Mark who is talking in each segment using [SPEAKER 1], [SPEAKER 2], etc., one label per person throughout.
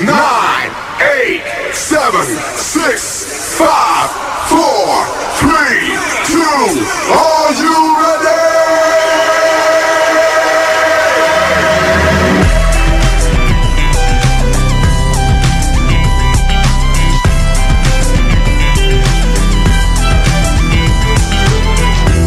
[SPEAKER 1] nine, eight, seven, six, five, four, three, two. Are you ready?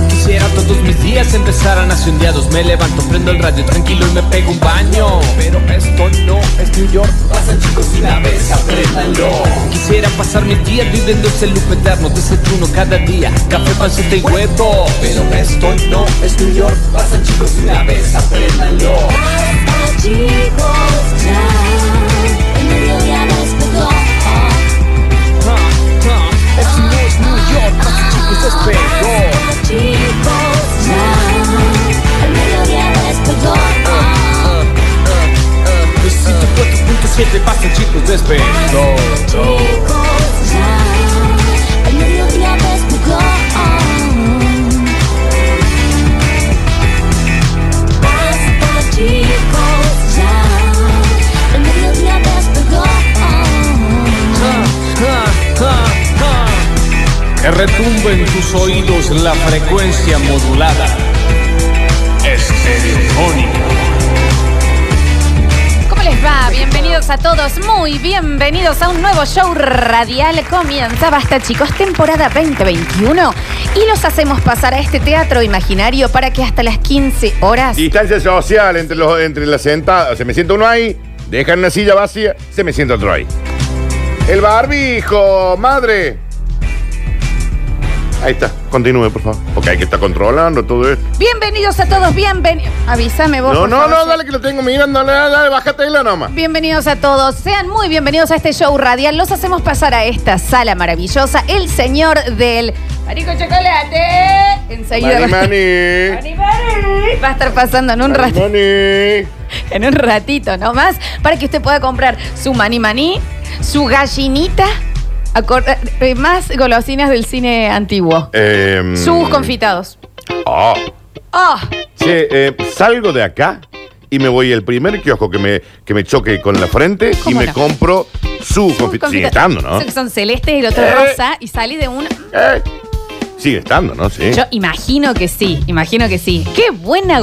[SPEAKER 2] Quisiera todos mis días empezaran así un día dos Me levanto, prendo el radio tranquilo y me pego un baño Pero esto no es New York Pasa chicos y la vez, apréndalo Quisiera pasar mis días viviendo ese loop eterno Desayuno cada día, café, panceta y huevo Pero esto no es New York Pasa chicos y la vez, apréndalo
[SPEAKER 3] Chicos, ya el mediodía despertó.
[SPEAKER 2] Esto no es New York, pasa chicos, es peor
[SPEAKER 3] Chicos, ya el mediodía despertó.
[SPEAKER 2] Necesito 4.7, pasa chicos, es peor
[SPEAKER 3] Chicos, ya el mediodía despertó. Basta, chicos, ya el mediodía despertó.
[SPEAKER 2] Que retumbe en tus oídos la frecuencia modulada. Estereofónica.
[SPEAKER 4] ¿Cómo les va? Bienvenidos a todos, muy bienvenidos a un nuevo show radial. Comienza Basta Chicos, temporada 2021. Y los hacemos pasar a este teatro imaginario para que hasta las 15 horas...
[SPEAKER 5] Distancia social entre los entre las sentadas. Se me sienta uno ahí, dejan una silla vacía, se me sienta otro ahí. El barbijo, madre. Ahí está, continúe, por favor. Porque hay que estar controlando todo esto.
[SPEAKER 4] Bienvenidos a todos, bienvenidos... Avísame vos.
[SPEAKER 5] No,
[SPEAKER 4] por
[SPEAKER 5] no,
[SPEAKER 4] favor,
[SPEAKER 5] no,
[SPEAKER 4] sí.
[SPEAKER 5] dale que lo tengo mirando, dale, dale, bájate ahí la nomás.
[SPEAKER 4] Bienvenidos a todos, sean muy bienvenidos a este show radial. Los hacemos pasar a esta sala maravillosa, el señor del... Marico Chocolate. Enseguida...
[SPEAKER 5] Mani,
[SPEAKER 4] va-
[SPEAKER 5] mani.
[SPEAKER 4] Va a estar pasando en un
[SPEAKER 5] Mani,
[SPEAKER 4] ratito.
[SPEAKER 5] mani.
[SPEAKER 4] en un ratito nomás para que usted pueda comprar su maní maní, su gallinita, acor- eh, más golosinas del cine antiguo,
[SPEAKER 5] Em,
[SPEAKER 4] sus confitados.
[SPEAKER 5] ah.
[SPEAKER 4] ¡Oh!
[SPEAKER 5] Che, eh, salgo de acá y me voy al primer kiosco que me, que me choque con la frente y
[SPEAKER 4] ¿Cómo
[SPEAKER 5] me
[SPEAKER 4] no?
[SPEAKER 5] compro su
[SPEAKER 4] sus
[SPEAKER 5] confit. Sigue
[SPEAKER 4] confitados.
[SPEAKER 5] estando, ¿no?
[SPEAKER 4] Esos que Son celestes y el otro
[SPEAKER 5] Eh.
[SPEAKER 4] rosa y sale de un...
[SPEAKER 5] Eh, Sigue estando, ¿no? Sí.
[SPEAKER 4] Yo imagino que sí, imagino que sí. ¡Qué buena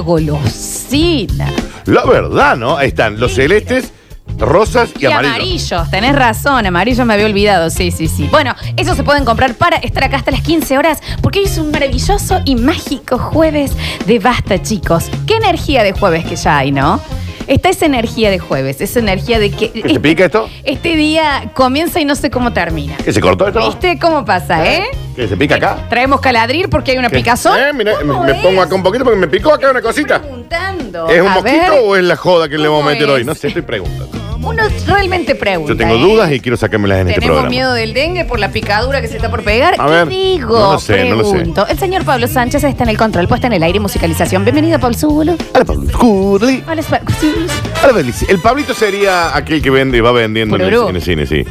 [SPEAKER 4] golosina!
[SPEAKER 5] La verdad, ¿no? Ahí están los celestes, rosas y,
[SPEAKER 4] Y
[SPEAKER 5] amarillos.
[SPEAKER 4] amarillos, tenés razón, amarillos me había olvidado, sí, sí, sí. Bueno, eso se pueden comprar para estar acá hasta las 15 horas, porque hoy es un maravilloso y mágico jueves de basta, chicos. Qué energía de jueves que ya hay, ¿no? Está esa energía de jueves, esa energía de que...
[SPEAKER 5] ¿Que se pica esto?
[SPEAKER 4] Este día comienza y no sé cómo termina.
[SPEAKER 5] ¿Que se cortó esto?
[SPEAKER 4] ¿Viste cómo pasa, eh?
[SPEAKER 5] ¿Que se pica acá?
[SPEAKER 4] Traemos caladril porque hay una picazón.
[SPEAKER 5] Eh, mira,
[SPEAKER 4] ¿Cómo
[SPEAKER 5] me, me
[SPEAKER 4] es?
[SPEAKER 5] pongo acá un poquito porque me picó acá una cosita.
[SPEAKER 4] Preguntando.
[SPEAKER 5] ¿Es un
[SPEAKER 4] A
[SPEAKER 5] mosquito
[SPEAKER 4] ver,
[SPEAKER 5] o es la joda que le vamos a
[SPEAKER 4] ¿cómo
[SPEAKER 5] meter hoy?
[SPEAKER 4] es?
[SPEAKER 5] No sé, estoy preguntando.
[SPEAKER 4] Uno realmente pregunta.
[SPEAKER 5] Yo tengo
[SPEAKER 4] ¿eh?
[SPEAKER 5] dudas y quiero sacármelas en este
[SPEAKER 4] Tenemos
[SPEAKER 5] programa.
[SPEAKER 4] miedo del dengue por la picadura que se está por pegar.
[SPEAKER 5] A
[SPEAKER 4] ¿Qué
[SPEAKER 5] ver,
[SPEAKER 4] digo?
[SPEAKER 5] no lo sé, no lo sé.
[SPEAKER 4] Pregunto. El señor Pablo Sánchez está en el control, puesta en el aire y musicalización. Bienvenido, Paul Zulo.
[SPEAKER 5] Hola, Pablo. Curly.
[SPEAKER 4] Hola, Spa- sí.
[SPEAKER 5] Hola, Belice. El Pablito sería aquel que vende y va vendiendo en el,
[SPEAKER 4] Pururú.
[SPEAKER 5] en el cine, sí.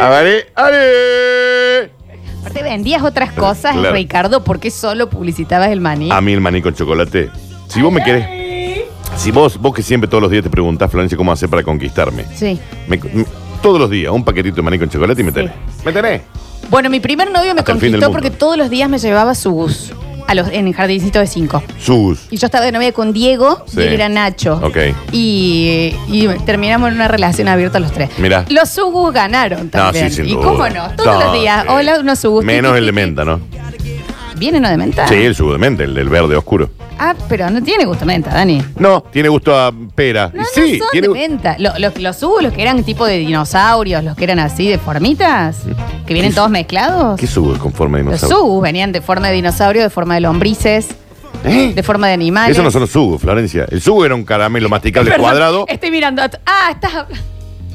[SPEAKER 5] A ver, eh, ale.
[SPEAKER 4] Aparte, vendías otras cosas,
[SPEAKER 5] Claro.
[SPEAKER 4] Ricardo, ¿por qué solo publicitabas el maní?
[SPEAKER 5] A mí el maní con chocolate. Si vos me querés. Si vos, vos que siempre todos los días te preguntás, Florencia, cómo hacer para conquistarme.
[SPEAKER 4] Sí.
[SPEAKER 5] Me- me- todos los días, un paquetito de maní con chocolate y me tenés. ¿Me tenés?
[SPEAKER 4] Bueno, mi primer novio me
[SPEAKER 5] Hasta el fin del
[SPEAKER 4] conquistó
[SPEAKER 5] mundo.
[SPEAKER 4] porque todos los días me llevaba sus. A los, en el jardincito de cinco.
[SPEAKER 5] Sus.
[SPEAKER 4] Y yo estaba de novia con Diego
[SPEAKER 5] Sí.
[SPEAKER 4] y él era Nacho.
[SPEAKER 5] Ok.
[SPEAKER 4] Y, y terminamos en una relación abierta los tres.
[SPEAKER 5] Mirá.
[SPEAKER 4] Los Sugus ganaron también.
[SPEAKER 5] No, sí, sin
[SPEAKER 4] ¿Y
[SPEAKER 5] duda.
[SPEAKER 4] cómo no? Todos los
[SPEAKER 5] No,
[SPEAKER 4] días.
[SPEAKER 5] sí.
[SPEAKER 4] Hola, unos Sugus.
[SPEAKER 5] Menos
[SPEAKER 4] Ti, ti,
[SPEAKER 5] el de
[SPEAKER 4] ti.
[SPEAKER 5] menta, ¿no?
[SPEAKER 4] ¿Viene uno de menta?
[SPEAKER 5] Sí, el sugo de menta, el del verde oscuro.
[SPEAKER 4] Ah, pero no tiene gusto a menta, Dani.
[SPEAKER 5] No, tiene gusto a pera.
[SPEAKER 4] No,
[SPEAKER 5] Y sí,
[SPEAKER 4] no son
[SPEAKER 5] tiene
[SPEAKER 4] de
[SPEAKER 5] gu-
[SPEAKER 4] menta. Lo- lo- los Sugus, los que eran tipo de dinosaurios, los que eran así de formitas, que vienen todos mezclados.
[SPEAKER 5] Mm. ¿Qué sugo es con forma de
[SPEAKER 4] Los
[SPEAKER 5] dinosaurio?
[SPEAKER 4] Sugus venían de forma de dinosaurio, de forma de lombrices,
[SPEAKER 5] ¿Eh?
[SPEAKER 4] de forma de animales.
[SPEAKER 5] Eso no son los sugos, Florencia. El sugo era un caramelo masticable
[SPEAKER 4] Perdón,
[SPEAKER 5] cuadrado,
[SPEAKER 4] Estoy mirando. a tu- Ah, estás hablando.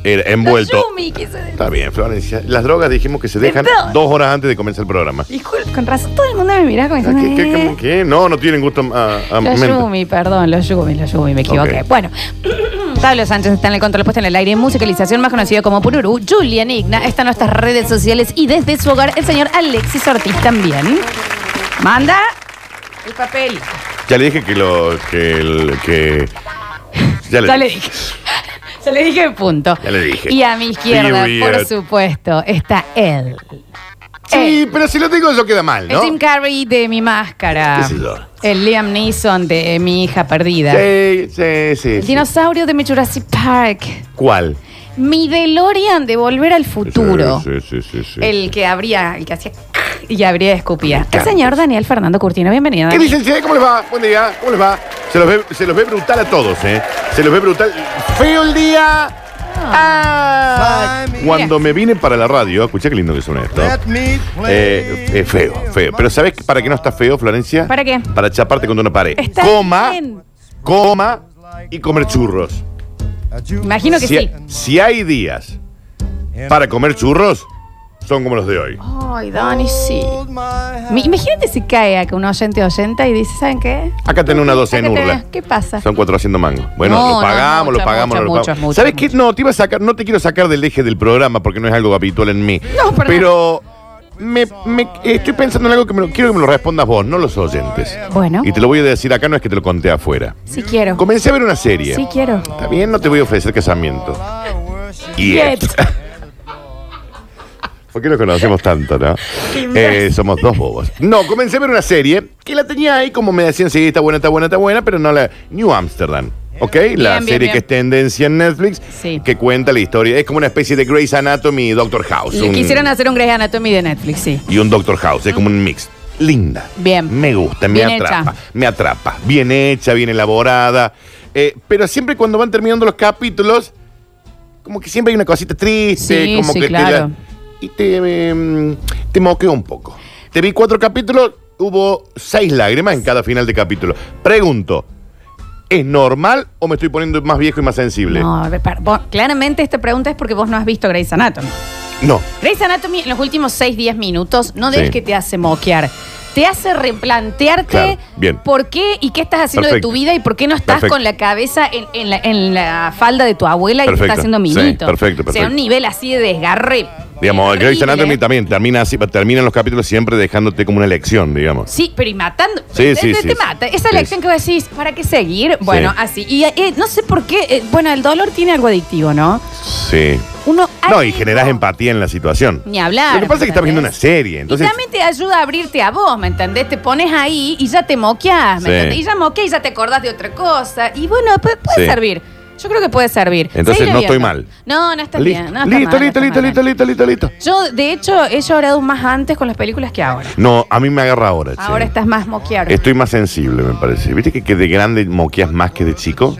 [SPEAKER 5] era envuelto.
[SPEAKER 4] Yumi, quise decir.
[SPEAKER 5] Está bien, Florencia. Las drogas dijimos que se dejan
[SPEAKER 4] Perdón.
[SPEAKER 5] dos horas antes de comenzar el programa.
[SPEAKER 4] Disculpe, con razón todo el mundo me miraba como
[SPEAKER 5] Ah,
[SPEAKER 4] diciendo,
[SPEAKER 5] ¿Qué, qué,
[SPEAKER 4] "Eh".
[SPEAKER 5] qué, qué? No, no tienen gusto ah, a, a
[SPEAKER 4] Los
[SPEAKER 5] menta.
[SPEAKER 4] Yumi, perdón, los Yumi, los Yumi, me equivoqué.
[SPEAKER 5] Ok.
[SPEAKER 4] Bueno, Pablo Sánchez está en el control puesto en el aire, musicalización más conocido como Pururu, Julian Igna está en nuestras redes sociales y desde su hogar el señor Alexis Ortiz también. Manda el papel.
[SPEAKER 5] Ya le dije que lo. que. el- que- ya le
[SPEAKER 4] Ya le dije. Se le dije punto.
[SPEAKER 5] Ya le dije.
[SPEAKER 4] Y a mi izquierda,
[SPEAKER 5] Be
[SPEAKER 4] por
[SPEAKER 5] weird.
[SPEAKER 4] supuesto, está él.
[SPEAKER 5] Sí,
[SPEAKER 4] Él.
[SPEAKER 5] pero si lo tengo yo queda mal,
[SPEAKER 4] El
[SPEAKER 5] ¿no?
[SPEAKER 4] Jim Carrey de mi máscara.
[SPEAKER 5] ¿Qué sé yo?
[SPEAKER 4] El Liam Neeson de mi hija perdida.
[SPEAKER 5] Sí, sí, sí.
[SPEAKER 4] El
[SPEAKER 5] sí.
[SPEAKER 4] dinosaurio de mi Jurassic Park.
[SPEAKER 5] ¿Cuál?
[SPEAKER 4] Mi DeLorean de Volver al Futuro.
[SPEAKER 5] Sí, sí, sí, sí, sí.
[SPEAKER 4] El que abría, el que hacía y abría y escupía. El
[SPEAKER 5] encanta
[SPEAKER 4] señor Daniel Fernando Curtino, bienvenido.
[SPEAKER 5] ¿Qué
[SPEAKER 4] Dani.
[SPEAKER 5] dicen? che? ¿Cómo les va? Buen día. ¿Cómo les va? Se los, ve, se los ve brutal a todos, ¿eh? Se los ve brutal. Feo el día. Ah. Cuando me vine para la radio, escuché qué lindo que suena esto. Eh, eh, feo, feo. Pero ¿sabes para qué no está feo, Florencia?
[SPEAKER 4] ¿Para qué?
[SPEAKER 5] Para chaparte contra una pared.
[SPEAKER 4] Está
[SPEAKER 5] coma,
[SPEAKER 4] bien.
[SPEAKER 5] coma y comer churros.
[SPEAKER 4] Imagino que
[SPEAKER 5] Si,
[SPEAKER 4] sí.
[SPEAKER 5] si hay días para comer churros, son como los de hoy.
[SPEAKER 4] Ay, Dani, sí. Mi- Imagínate si cae acá un oyente oyenta y dice, ¿saben qué?
[SPEAKER 5] Acá tenés una doce en
[SPEAKER 4] Acá
[SPEAKER 5] Urla.
[SPEAKER 4] tenés- ¿Qué pasa?
[SPEAKER 5] Son 400 mangos. Bueno,
[SPEAKER 4] No,
[SPEAKER 5] lo
[SPEAKER 4] no,
[SPEAKER 5] pagamos,
[SPEAKER 4] mucho,
[SPEAKER 5] lo pagamos,
[SPEAKER 4] mucho,
[SPEAKER 5] no lo pagamos.
[SPEAKER 4] mucho, mucho,
[SPEAKER 5] ¿Sabes
[SPEAKER 4] mucho.
[SPEAKER 5] qué? No, te iba a sacar, no te quiero sacar del eje del programa porque no es algo habitual en mí.
[SPEAKER 4] No, perdón.
[SPEAKER 5] Pero me, me- estoy pensando en algo que me lo- quiero que me lo respondas vos, no los oyentes.
[SPEAKER 4] Bueno,
[SPEAKER 5] Y te lo voy a decir acá, no es que te lo conté afuera.
[SPEAKER 4] sí quiero.
[SPEAKER 5] Comencé a ver una serie.
[SPEAKER 4] Sí quiero.
[SPEAKER 5] Está bien, no te voy a ofrecer casamiento. Yet.
[SPEAKER 4] Yet.
[SPEAKER 5] ¿Por qué nos conocemos tanto, no? Eh, somos dos bobos. No, comencé a ver una serie que la tenía ahí como me decían, sí, está buena, está buena, está buena, pero no la... New Amsterdam, ¿ok? la
[SPEAKER 4] bien,
[SPEAKER 5] serie
[SPEAKER 4] bien.
[SPEAKER 5] que es tendencia en Netflix,
[SPEAKER 4] Sí.
[SPEAKER 5] que cuenta la historia. Es como una especie de Grey's Anatomy y Doctor House.
[SPEAKER 4] Le
[SPEAKER 5] un-
[SPEAKER 4] quisieron hacer un Grey's Anatomy de Netflix, sí.
[SPEAKER 5] y un Doctor House. Es como un mix. Linda.
[SPEAKER 4] Bien.
[SPEAKER 5] Me gusta, me
[SPEAKER 4] Bien hecha.
[SPEAKER 5] atrapa. Me atrapa. Bien hecha, bien elaborada. Eh, pero siempre cuando van terminando los capítulos, como que siempre hay una cosita triste.
[SPEAKER 4] Sí,
[SPEAKER 5] como
[SPEAKER 4] sí,
[SPEAKER 5] que te
[SPEAKER 4] claro.
[SPEAKER 5] Y te, eh, te moqueó un poco. Te vi cuatro capítulos, hubo seis lágrimas en cada final de capítulo. Pregunto. ¿Es normal o me estoy poniendo más viejo y más sensible?
[SPEAKER 4] No, a ver, para- vos- claramente esta pregunta es porque vos no has visto Grey's Anatomy.
[SPEAKER 5] No.
[SPEAKER 4] Grey's Anatomy en los últimos 6-10 minutos no
[SPEAKER 5] Sí.
[SPEAKER 4] dejes que te hace moquear. Te hace replantearte
[SPEAKER 5] Claro, bien.
[SPEAKER 4] por qué y qué estás haciendo
[SPEAKER 5] Perfecto.
[SPEAKER 4] de tu vida y por qué no estás
[SPEAKER 5] Perfecto.
[SPEAKER 4] con la cabeza en, en la, en la falda de tu abuela y te
[SPEAKER 5] Perfecto,
[SPEAKER 4] estás haciendo
[SPEAKER 5] sí,
[SPEAKER 4] minito.
[SPEAKER 5] perfecto,
[SPEAKER 4] O sea,
[SPEAKER 5] perfecto.
[SPEAKER 4] un nivel así de desgarre.
[SPEAKER 5] Digamos, el Grey's
[SPEAKER 4] horrible.
[SPEAKER 5] Anatomy también termina así, terminan los capítulos siempre dejándote como una lección, digamos.
[SPEAKER 4] Sí, pero y matando.
[SPEAKER 5] Sí, sí,
[SPEAKER 4] te,
[SPEAKER 5] sí,
[SPEAKER 4] te
[SPEAKER 5] sí.
[SPEAKER 4] mata. Esa
[SPEAKER 5] Sí,
[SPEAKER 4] lección
[SPEAKER 5] sí.
[SPEAKER 4] que vos decís, ¿para qué seguir? Bueno,
[SPEAKER 5] Sí.
[SPEAKER 4] así. Y eh, no sé por qué. eh, bueno, el dolor tiene algo adictivo, ¿no?
[SPEAKER 5] Sí.
[SPEAKER 4] Uno.
[SPEAKER 5] No, y
[SPEAKER 4] algo-
[SPEAKER 5] generás empatía en la situación.
[SPEAKER 4] Ni hablar.
[SPEAKER 5] Lo que pasa es que estás viendo una
[SPEAKER 4] ¿entendés?
[SPEAKER 5] serie, entonces.
[SPEAKER 4] Y también te ayuda a abrirte a vos, ¿me entendés? Te pones ahí y ya te moqueás, ¿me
[SPEAKER 5] Sí.
[SPEAKER 4] entendés? Y ya moqueás y ya te acordás de otra cosa. Y bueno, pu- puede,
[SPEAKER 5] Sí.
[SPEAKER 4] servir. Yo creo que puede servir.
[SPEAKER 5] Entonces,
[SPEAKER 4] Seguile
[SPEAKER 5] no estoy
[SPEAKER 4] viendo.
[SPEAKER 5] mal.
[SPEAKER 4] No, no está
[SPEAKER 5] Listo,
[SPEAKER 4] bien. no está mal,
[SPEAKER 5] listo,
[SPEAKER 4] no
[SPEAKER 5] listo,
[SPEAKER 4] está
[SPEAKER 5] listo,
[SPEAKER 4] mal.
[SPEAKER 5] listo, listo, listo, listo.
[SPEAKER 4] Yo, de hecho, he llorado más antes con las películas que ahora.
[SPEAKER 5] No, a mí me agarra ahora, che.
[SPEAKER 4] Ahora estás más moqueado.
[SPEAKER 5] Estoy más sensible, me parece. ¿Viste que, que de grande moqueas más que de chico?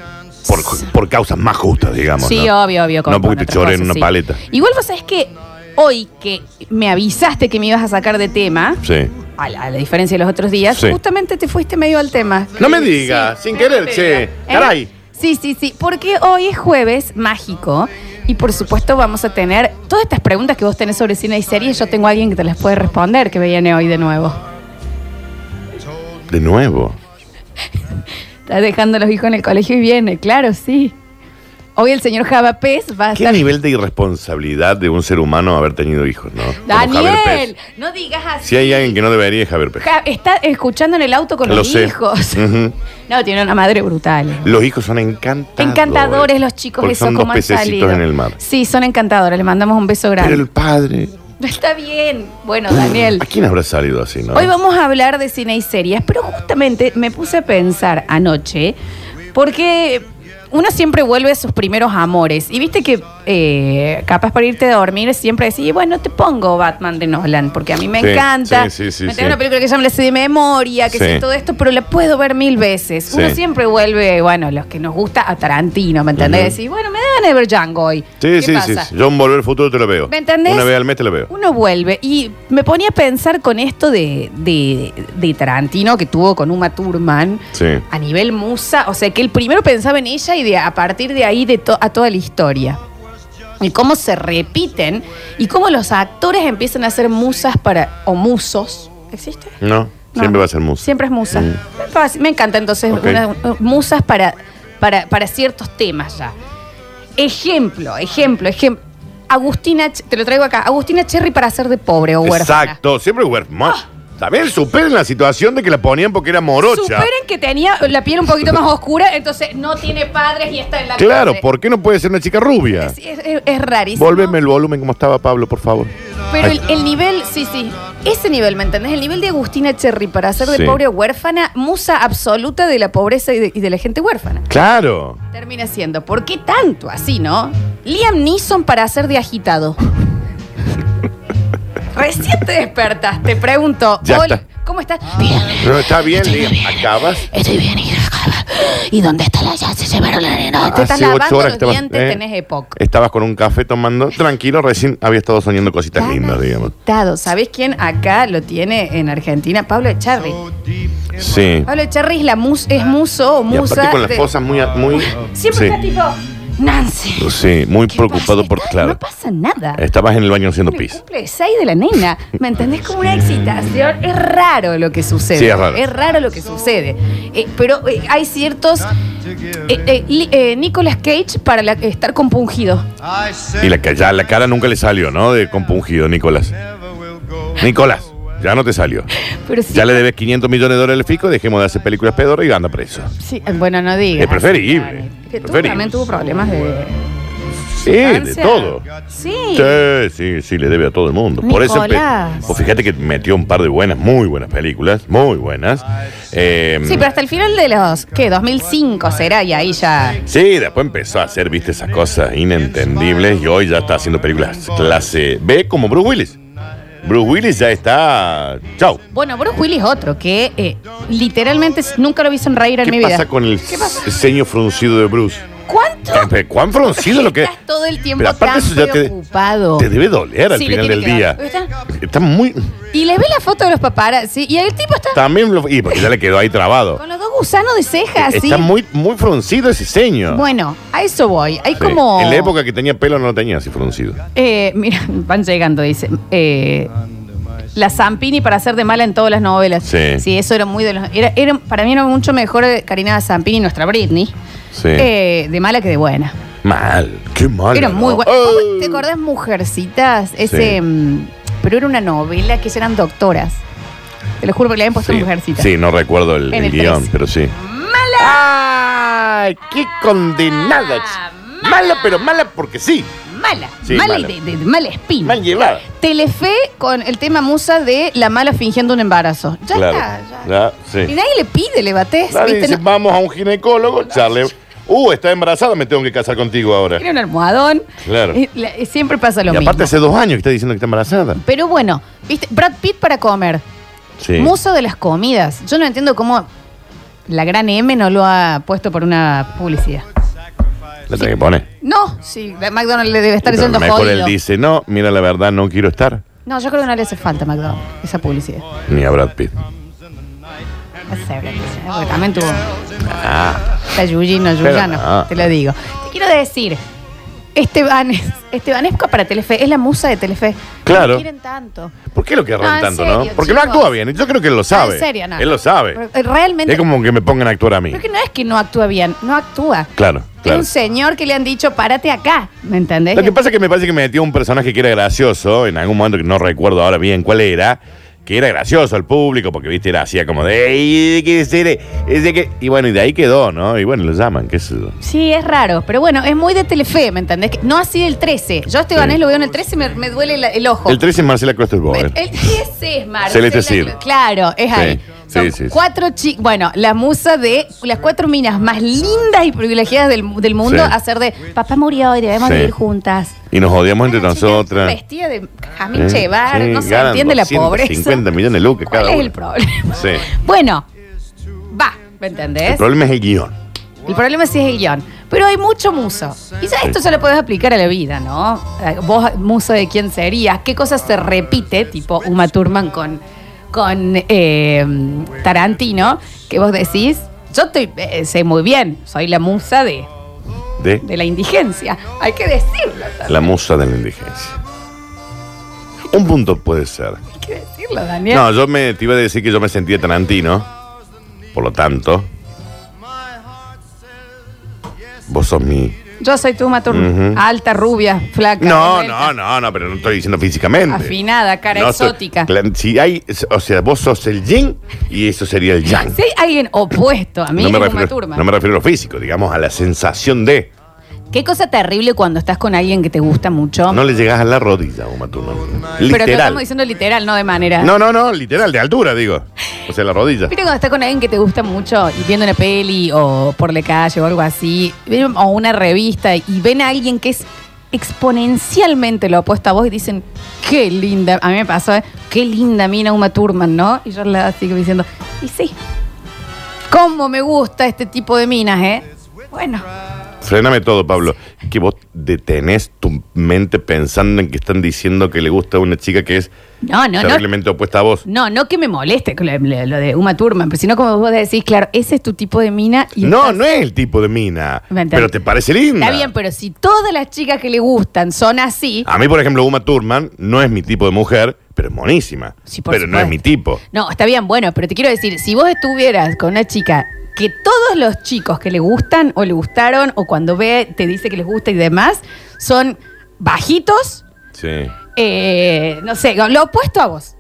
[SPEAKER 5] Por, por causas más justas, digamos.
[SPEAKER 4] Sí,
[SPEAKER 5] ¿no?
[SPEAKER 4] obvio, obvio.
[SPEAKER 5] No, porque
[SPEAKER 4] con
[SPEAKER 5] te
[SPEAKER 4] otras
[SPEAKER 5] choré en
[SPEAKER 4] cosas,
[SPEAKER 5] una
[SPEAKER 4] sí.
[SPEAKER 5] paleta.
[SPEAKER 4] Igual vos sabés que hoy que me avisaste que me ibas a sacar de tema,
[SPEAKER 5] Sí.
[SPEAKER 4] a la, a la diferencia de los otros días,
[SPEAKER 5] Sí.
[SPEAKER 4] justamente te fuiste medio al tema.
[SPEAKER 5] No me digas, sin querer, che.
[SPEAKER 4] ¿Eh?
[SPEAKER 5] Caray.
[SPEAKER 4] Sí, sí, sí, porque hoy es jueves mágico y por supuesto vamos a tener todas estas preguntas que vos tenés sobre cine y series, yo tengo a alguien que te las puede responder que viene hoy de nuevo.
[SPEAKER 5] De nuevo.
[SPEAKER 4] Está dejando a los hijos en el colegio y viene, claro, sí. Hoy el señor Java Pez va a
[SPEAKER 5] ¿Qué
[SPEAKER 4] estar...
[SPEAKER 5] nivel de irresponsabilidad de un ser humano haber tenido hijos, no? Como Javier
[SPEAKER 4] Daniel,
[SPEAKER 5] Pez.
[SPEAKER 4] no digas así.
[SPEAKER 5] Si hay alguien que no debería es Javier Pez.
[SPEAKER 4] Ja- está escuchando en el auto con
[SPEAKER 5] Lo
[SPEAKER 4] los
[SPEAKER 5] sé.
[SPEAKER 4] hijos.
[SPEAKER 5] Ujú.
[SPEAKER 4] No, tiene una madre brutal.
[SPEAKER 5] Los hijos son encantadores.
[SPEAKER 4] Encantadores los chicos,
[SPEAKER 5] ¿eh? Porque
[SPEAKER 4] eso
[SPEAKER 5] son dos
[SPEAKER 4] como han salido.
[SPEAKER 5] pececitos en el mar.
[SPEAKER 4] Sí, son encantadores. Les mandamos un beso
[SPEAKER 5] Pero
[SPEAKER 4] grande.
[SPEAKER 5] el padre.
[SPEAKER 4] Está bien. Bueno, Daniel.
[SPEAKER 5] ¿A quién habrá salido así, no?
[SPEAKER 4] Hoy vamos a hablar de cine y series, pero justamente me puse a pensar anoche, porque uno siempre vuelve a sus primeros amores. Y viste que eh, capaz para irte a dormir siempre decís, bueno, te pongo Batman de Nolan, porque a mí me
[SPEAKER 5] Sí,
[SPEAKER 4] encanta.
[SPEAKER 5] sí, sí, sí,
[SPEAKER 4] me
[SPEAKER 5] sí.
[SPEAKER 4] tengo una película que ya me la sé de memoria, que
[SPEAKER 5] Sí.
[SPEAKER 4] sé todo esto, pero la puedo ver mil veces.
[SPEAKER 5] Sí.
[SPEAKER 4] Uno siempre vuelve, bueno, los que nos gusta a Tarantino, ¿me entendés? Decís, bueno, me dan a ver Django hoy.
[SPEAKER 5] Sí,
[SPEAKER 4] ¿Qué
[SPEAKER 5] sí, sí,
[SPEAKER 4] pasa?
[SPEAKER 5] sí. Yo en Volver al Futuro te lo veo.
[SPEAKER 4] ¿Me entendés?
[SPEAKER 5] Una vez al mes te lo veo.
[SPEAKER 4] Uno vuelve y me ponía a pensar con esto de, de, de Tarantino que tuvo con Uma Thurman
[SPEAKER 5] Sí.
[SPEAKER 4] a nivel musa, o sea que él primero pensaba en ella y de, a partir de ahí de to- a toda la historia. Y cómo se repiten y cómo los actores empiezan a ser musas para o musos. ¿Existe?
[SPEAKER 5] No,
[SPEAKER 4] No.
[SPEAKER 5] siempre va a ser música.
[SPEAKER 4] Siempre es musa.
[SPEAKER 5] Mm.
[SPEAKER 4] Fácil. Me encanta entonces
[SPEAKER 5] Ok.
[SPEAKER 4] unas, eh, musas para, para, para ciertos temas ya. Ejemplo, ejemplo, ejemplo. Agustina, Ch- te lo traigo acá. Agustina Cherry para hacer de pobre o huérfana.
[SPEAKER 5] Exacto, siempre huérfano. También superen la situación de que la ponían porque era morocha.
[SPEAKER 4] Superen que tenía la piel un poquito más oscura, entonces no tiene padres y está en la
[SPEAKER 5] Claro,
[SPEAKER 4] calle.
[SPEAKER 5] ¿por qué no puede ser una chica rubia?
[SPEAKER 4] Es, es- es rarísimo.
[SPEAKER 5] Volveme el volumen como estaba Pablo, por favor.
[SPEAKER 4] Pero
[SPEAKER 5] Ahí.
[SPEAKER 4] el, el nivel, sí, sí. Ese nivel, ¿me entendés? El nivel de Agustina Cherry para hacer de
[SPEAKER 5] Sí.
[SPEAKER 4] pobre huérfana, musa absoluta de la pobreza y de, y de la gente huérfana.
[SPEAKER 5] Claro.
[SPEAKER 4] Termina siendo, ¿por qué tanto así, no? Liam Neeson para hacer de agitado. Recién te despertas, te pregunto,
[SPEAKER 5] Ya
[SPEAKER 4] "Hola,
[SPEAKER 5] está.
[SPEAKER 4] ¿cómo estás? Bien,
[SPEAKER 5] No, está bien, Liam. Acabas.
[SPEAKER 3] Estoy bien, hija. ¿Y dónde está la llave? Se llevaron la nena.
[SPEAKER 4] te estás
[SPEAKER 5] Hace ocho
[SPEAKER 4] lavando
[SPEAKER 5] horas
[SPEAKER 4] los
[SPEAKER 5] estabas,
[SPEAKER 4] dientes,
[SPEAKER 5] eh,
[SPEAKER 4] tenés época.
[SPEAKER 5] Estabas con un café tomando. Tranquilo, recién había estado soñando cositas
[SPEAKER 4] Tan
[SPEAKER 5] lindas, digamos.
[SPEAKER 4] agitado. ¿Sabés quién acá lo tiene en Argentina? Pablo Echarri.
[SPEAKER 5] Sí.
[SPEAKER 4] Pablo Echarri es, la mus, es muso o
[SPEAKER 5] Y aparte
[SPEAKER 4] musa.
[SPEAKER 5] con las
[SPEAKER 4] de-
[SPEAKER 5] cosas muy. a- muy
[SPEAKER 4] Siempre
[SPEAKER 5] sí.
[SPEAKER 4] está tipo, Nancy.
[SPEAKER 5] Pues Sí, muy
[SPEAKER 4] ¿qué
[SPEAKER 5] preocupado
[SPEAKER 4] pasa?
[SPEAKER 5] por.
[SPEAKER 4] Está-
[SPEAKER 5] Claro.
[SPEAKER 4] No pasa nada.
[SPEAKER 5] Estabas en el baño haciendo
[SPEAKER 4] el
[SPEAKER 5] pis.
[SPEAKER 4] cumple 6 de la nena. ¿Me entendés? Como una excitación. Es raro lo que sucede.
[SPEAKER 5] Sí, es raro.
[SPEAKER 4] lo que sucede. Eh, pero eh, hay ciertos. eh, eh, li- eh, Nicolas Cage para la- estar compungido.
[SPEAKER 5] Y la, ca- ya la cara nunca le salió, ¿no? De compungido, Nicolás. Nicolás, ya no te salió.
[SPEAKER 4] Pero sí,
[SPEAKER 5] Ya le debes 500 millones de dólares al fisco, dejemos de hacer películas pedorras y anda preso.
[SPEAKER 4] sí, eh, bueno, no digas.
[SPEAKER 5] Es preferible,
[SPEAKER 4] Que tú
[SPEAKER 5] preferible.
[SPEAKER 4] también tuvo problemas de.
[SPEAKER 5] Sí, de
[SPEAKER 4] sustancia.
[SPEAKER 5] todo.
[SPEAKER 4] Sí.
[SPEAKER 5] Sí, sí, sí, le debe a todo el mundo. Por eso, pe-
[SPEAKER 4] Nicolás.
[SPEAKER 5] pues fíjate que metió un par de buenas, muy buenas películas, muy buenas. Eh,
[SPEAKER 4] Sí, pero hasta el final de los. ¿Qué? 2005 será y ahí ya.
[SPEAKER 5] sí, después empezó a hacer, viste, esas cosas inentendibles y hoy ya está haciendo películas clase B como Bruce Willis. Bruce Willis ya está. Chau.
[SPEAKER 4] Bueno, Bruce Willis otro que eh, literalmente nunca lo vi sonreír en mi
[SPEAKER 5] ¿Qué
[SPEAKER 4] vida.
[SPEAKER 5] pasa con el ceño fruncido de Bruce?
[SPEAKER 4] ¿Cuánto?
[SPEAKER 5] Eh, ¿Cuán fruncido lo que
[SPEAKER 4] Estás todo el tiempo
[SPEAKER 5] Pero aparte
[SPEAKER 4] tan
[SPEAKER 5] eso ya te-
[SPEAKER 4] preocupado.
[SPEAKER 5] Te debe doler al
[SPEAKER 4] Sí, le
[SPEAKER 5] final del
[SPEAKER 4] tiene que
[SPEAKER 5] día.
[SPEAKER 4] dar. ¿Está?
[SPEAKER 5] Está muy.
[SPEAKER 4] Y le ve la foto de los paparazzi y el tipo está
[SPEAKER 5] También lo. Y porque ya le quedó ahí trabado.
[SPEAKER 4] con los dos gusanos de ceja, así.
[SPEAKER 5] Está muy, muy fruncido ese ceño.
[SPEAKER 4] Bueno, a eso voy. Hay
[SPEAKER 5] Sí.
[SPEAKER 4] como.
[SPEAKER 5] En la época que tenía pelo no lo tenía así fruncido.
[SPEAKER 4] Eh, mira, van llegando, dice. Eh, la Zampini para hacer de mala en todas las novelas.
[SPEAKER 5] Sí.
[SPEAKER 4] eso era muy de los. Era, era- para mí era mucho mejor eh, Karina Zampini, nuestra Britney.
[SPEAKER 5] Sí.
[SPEAKER 4] eh, de mala que de buena.
[SPEAKER 5] Mal. Qué mal.
[SPEAKER 4] Era muy
[SPEAKER 5] ¿no?
[SPEAKER 4] buena.
[SPEAKER 5] Ay.
[SPEAKER 4] ¿Te acordás, Mujercitas? Ese.
[SPEAKER 5] ¡Oh! Sí.
[SPEAKER 4] mm, pero era una novela que eran doctoras. Te lo juro que le habían puesto
[SPEAKER 5] Sí.
[SPEAKER 4] Mujercitas.
[SPEAKER 5] Sí, no recuerdo el,
[SPEAKER 4] En
[SPEAKER 5] el
[SPEAKER 4] el
[SPEAKER 5] guión,
[SPEAKER 4] 13.
[SPEAKER 5] pero sí. ¡Mala! ¡Ay! ¡Qué condenada!
[SPEAKER 4] Mala.
[SPEAKER 5] Mala, pero mala porque sí.
[SPEAKER 4] Mala.
[SPEAKER 5] Sí,
[SPEAKER 4] mala, y
[SPEAKER 5] mala.
[SPEAKER 4] De, de- de mala espina.
[SPEAKER 5] Mal llevada.
[SPEAKER 4] Telefe con el tema musa de la mala fingiendo un embarazo. Ya
[SPEAKER 5] claro.
[SPEAKER 4] está, ya.
[SPEAKER 5] Ya, sí.
[SPEAKER 4] Y nadie le pide, le bates.
[SPEAKER 5] Nadie
[SPEAKER 4] ¿viste?
[SPEAKER 5] dice,
[SPEAKER 4] No,
[SPEAKER 5] vamos a un ginecólogo, Charlie. Uh, está embarazada, me tengo que casar contigo ahora.
[SPEAKER 4] tiene un almohadón.
[SPEAKER 5] Claro.
[SPEAKER 4] Eh, la- eh, siempre pasa lo
[SPEAKER 5] y aparte
[SPEAKER 4] mismo.
[SPEAKER 5] hace dos años que está diciendo que está embarazada.
[SPEAKER 4] Pero bueno, ¿viste? Brad Pitt para comer.
[SPEAKER 5] Sí.
[SPEAKER 4] Muso de las comidas. Yo no entiendo cómo la gran M no lo ha puesto por una publicidad.
[SPEAKER 5] La tenés que poner.
[SPEAKER 4] No, sí, McDonald's le debe estar
[SPEAKER 5] Pero
[SPEAKER 4] diciendo
[SPEAKER 5] mejor
[SPEAKER 4] jodido.
[SPEAKER 5] él dice, no, mira, la verdad no quiero estar.
[SPEAKER 4] No, yo creo que no le hace falta a McDonald's esa publicidad.
[SPEAKER 5] Ni a Brad Pitt.
[SPEAKER 4] No sé, Brad Pitt, ¿eh? Porque también tuvo...
[SPEAKER 5] Ah,
[SPEAKER 4] Está Yuyino,
[SPEAKER 5] Pero ah.
[SPEAKER 4] Yuyano,
[SPEAKER 5] no.
[SPEAKER 4] te lo digo. Te quiero decir, Estebanes, Estebanesco para Telefe, es la musa de Telefe.
[SPEAKER 5] Claro.
[SPEAKER 4] No quieren tanto.
[SPEAKER 5] ¿Por qué lo querrán
[SPEAKER 4] No, en
[SPEAKER 5] tanto,
[SPEAKER 4] serio,
[SPEAKER 5] no? Porque no
[SPEAKER 4] chicos.
[SPEAKER 5] actúa bien. Yo creo que él lo sabe.
[SPEAKER 4] No, en serio, no.
[SPEAKER 5] Él lo sabe.
[SPEAKER 4] Pero, eh, Realmente.
[SPEAKER 5] Es como que me pongan a actuar a mí.
[SPEAKER 4] Creo que no es que no actúa bien, no actúa.
[SPEAKER 5] Claro,
[SPEAKER 4] Es
[SPEAKER 5] claro.
[SPEAKER 4] un señor que le han dicho, párate acá, ¿me entendés?
[SPEAKER 5] Lo que pasa es que me parece que metió un personaje que era gracioso, en algún momento que no recuerdo ahora bien cuál era, que era gracioso al público, porque viste, era hacía como de, "Ey, ¿qué es ese? Ese que-". Y bueno, y de ahí quedó, ¿no? Y bueno, lo llaman, qué sé yo.
[SPEAKER 4] Sí, es raro, pero bueno, es muy de Telefe, ¿me entendés? Que No así del 13. Yo a Estebanés
[SPEAKER 5] Sí.
[SPEAKER 4] lo veo en el 13 y me, me duele la- el ojo.
[SPEAKER 5] El 13 es eh. Marcela Clusterboer.
[SPEAKER 4] El, el 13 es Marcela.
[SPEAKER 5] Celeste Cid.
[SPEAKER 4] Claro, es
[SPEAKER 5] Sí,
[SPEAKER 4] ahí. Son
[SPEAKER 5] sí, sí, sí.
[SPEAKER 4] cuatro chicas. Bueno, la musa de las cuatro minas más lindas y privilegiadas del, del mundo
[SPEAKER 5] Sí.
[SPEAKER 4] hacer de papá murió y debemos
[SPEAKER 5] Sí.
[SPEAKER 4] vivir juntas.
[SPEAKER 5] Y nos odiamos entre
[SPEAKER 4] Una chica
[SPEAKER 5] nosotras.
[SPEAKER 4] Vestida de Jamín
[SPEAKER 5] ¿Eh?
[SPEAKER 4] Chevar,
[SPEAKER 5] Sí,
[SPEAKER 4] no se
[SPEAKER 5] ganan
[SPEAKER 4] entiende la
[SPEAKER 5] 250
[SPEAKER 4] pobreza.
[SPEAKER 5] 50 millones de lucas
[SPEAKER 4] ¿Cuál
[SPEAKER 5] cada
[SPEAKER 4] es
[SPEAKER 5] uno.
[SPEAKER 4] el problema?
[SPEAKER 5] Sí.
[SPEAKER 4] Bueno, va, ¿me entendés?
[SPEAKER 5] El problema es el guión.
[SPEAKER 4] El problema sí es el guión. Pero hay mucho muso. Y ya esto se lo podés aplicar a la vida, ¿no? Eh, Vos, muso de quién serías, qué cosa se repite, tipo Uma Thurman con, con eh, Tarantino, que vos decís, yo estoy, eh, sé muy bien, soy la musa de,
[SPEAKER 5] De
[SPEAKER 4] de la indigencia. Hay que decirlo, Dani,
[SPEAKER 5] la musa de la indigencia. Un punto puede ser.
[SPEAKER 4] hay que decirlo, Daniel.
[SPEAKER 5] No, yo me, te iba a decir que yo me sentía Tarantino. Por lo tanto. Vos sos mi
[SPEAKER 4] Yo soy tu matur.
[SPEAKER 5] Ujú.
[SPEAKER 4] Alta, rubia, flaca.
[SPEAKER 5] No,
[SPEAKER 4] revuelta,
[SPEAKER 5] no, no, no, pero no estoy diciendo físicamente.
[SPEAKER 4] Afinada, cara
[SPEAKER 5] No estoy-
[SPEAKER 4] exótica.
[SPEAKER 5] Cla- si hay, o sea, vos sos el yin y eso sería el yang.
[SPEAKER 4] Si hay alguien opuesto a mí,
[SPEAKER 5] no, me
[SPEAKER 4] es Uma
[SPEAKER 5] refiero,
[SPEAKER 4] Thurman.
[SPEAKER 5] no me refiero a lo físico, digamos a la sensación de.
[SPEAKER 4] Qué cosa terrible cuando estás con alguien que te gusta mucho.
[SPEAKER 5] No le llegás a la rodilla, Uma Thurman.
[SPEAKER 4] Pero te lo
[SPEAKER 5] Literal.
[SPEAKER 4] estamos diciendo literal, no de manera.
[SPEAKER 5] No, no, no, literal, de altura, digo. O sea, la rodilla.
[SPEAKER 4] Viste cuando estás con alguien que te gusta mucho y viendo una peli o por la calle o algo así, ven- o una revista y ven a alguien que es exponencialmente lo opuesto a vos y dicen, qué linda, a mí me pasó, ¿eh? qué linda mina Uma Thurman, ¿no? Y yo la sigo diciendo, y sí, cómo me gusta este tipo de minas, ¿eh? Bueno,
[SPEAKER 5] Frename todo, Pablo. Que vos detenés tu mente pensando en que están diciendo que le gusta a una chica que es
[SPEAKER 4] no, no, no.
[SPEAKER 5] terriblemente opuesta a vos.
[SPEAKER 4] No, no que me moleste lo, lo de Uma Thurman, pero sino como vos decís, claro, ese es tu tipo de mina. Y
[SPEAKER 5] No,
[SPEAKER 4] estás-
[SPEAKER 5] no es el tipo de mina.
[SPEAKER 4] Me entendés.
[SPEAKER 5] Pero te parece linda.
[SPEAKER 4] Está bien, pues. pero si todas las chicas que le gustan son así.
[SPEAKER 5] A mí, por ejemplo, Uma Thurman no es mi tipo de mujer, pero es monísima.
[SPEAKER 4] Sí, por
[SPEAKER 5] pero no es
[SPEAKER 4] supuesto.
[SPEAKER 5] mi tipo.
[SPEAKER 4] No, está bien, bueno, pero te quiero decir, si vos estuvieras con una chica que todos los chicos que le gustan o le gustaron o cuando ve te dice que les gusta y demás son bajitos,
[SPEAKER 5] Sí.
[SPEAKER 4] eh, no sé, lo opuesto a vos.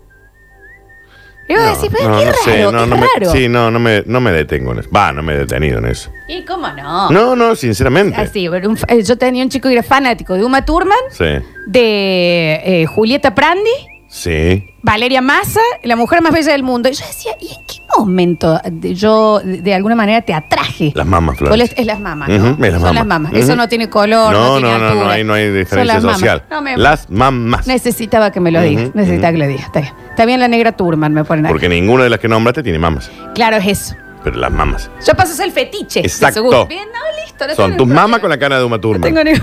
[SPEAKER 4] Y vos decís, pero qué raro,
[SPEAKER 5] sé, no,
[SPEAKER 4] qué
[SPEAKER 5] no me-
[SPEAKER 4] raro.
[SPEAKER 5] sí, no, no me, no me detengo en eso. Va, no me he detenido en eso.
[SPEAKER 4] ¿Y cómo no?
[SPEAKER 5] No, no, sinceramente.
[SPEAKER 4] Así, pero un fa- eh, yo tenía un chico que era fanático de Uma Thurman,
[SPEAKER 5] Sí.
[SPEAKER 4] de eh, Julieta Prandi.
[SPEAKER 5] Sí.
[SPEAKER 4] Valeria Massa, la mujer más bella del mundo. Y yo decía, ¿y en qué momento de- yo de, de alguna manera te atraje?
[SPEAKER 5] Las mamas,
[SPEAKER 4] ¿Cuál
[SPEAKER 5] Flores.
[SPEAKER 4] es, es las mamas, ¿no?
[SPEAKER 5] Ujú, es las
[SPEAKER 4] Son las
[SPEAKER 5] mamas.
[SPEAKER 4] mamas. Eso
[SPEAKER 5] Ujú.
[SPEAKER 4] no tiene color, no,
[SPEAKER 5] No,
[SPEAKER 4] tiene
[SPEAKER 5] no, no,
[SPEAKER 4] altura.
[SPEAKER 5] no, ahí no hay
[SPEAKER 4] Son
[SPEAKER 5] diferencia
[SPEAKER 4] las mamas.
[SPEAKER 5] social.
[SPEAKER 4] No me-
[SPEAKER 5] Las mamás.
[SPEAKER 4] Necesitaba que me lo digas,
[SPEAKER 5] Ujú,
[SPEAKER 4] necesitaba
[SPEAKER 5] ujú.
[SPEAKER 4] que lo digas. Está bien. Está bien la negra Turman, me ponen ahí.
[SPEAKER 5] Porque ninguna de las que nombraste tiene mamas.
[SPEAKER 4] Claro, es eso.
[SPEAKER 5] Pero las mamas.
[SPEAKER 4] Yo paso a ser el fetiche. de
[SPEAKER 5] Exacto.
[SPEAKER 4] seguro. Bien, no, listo. no
[SPEAKER 5] Son
[SPEAKER 4] tengo
[SPEAKER 5] tus
[SPEAKER 4] ningún
[SPEAKER 5] mamas con
[SPEAKER 4] problema.
[SPEAKER 5] la cara de Uma
[SPEAKER 4] No tengo
[SPEAKER 5] Thurman.
[SPEAKER 4] ningún...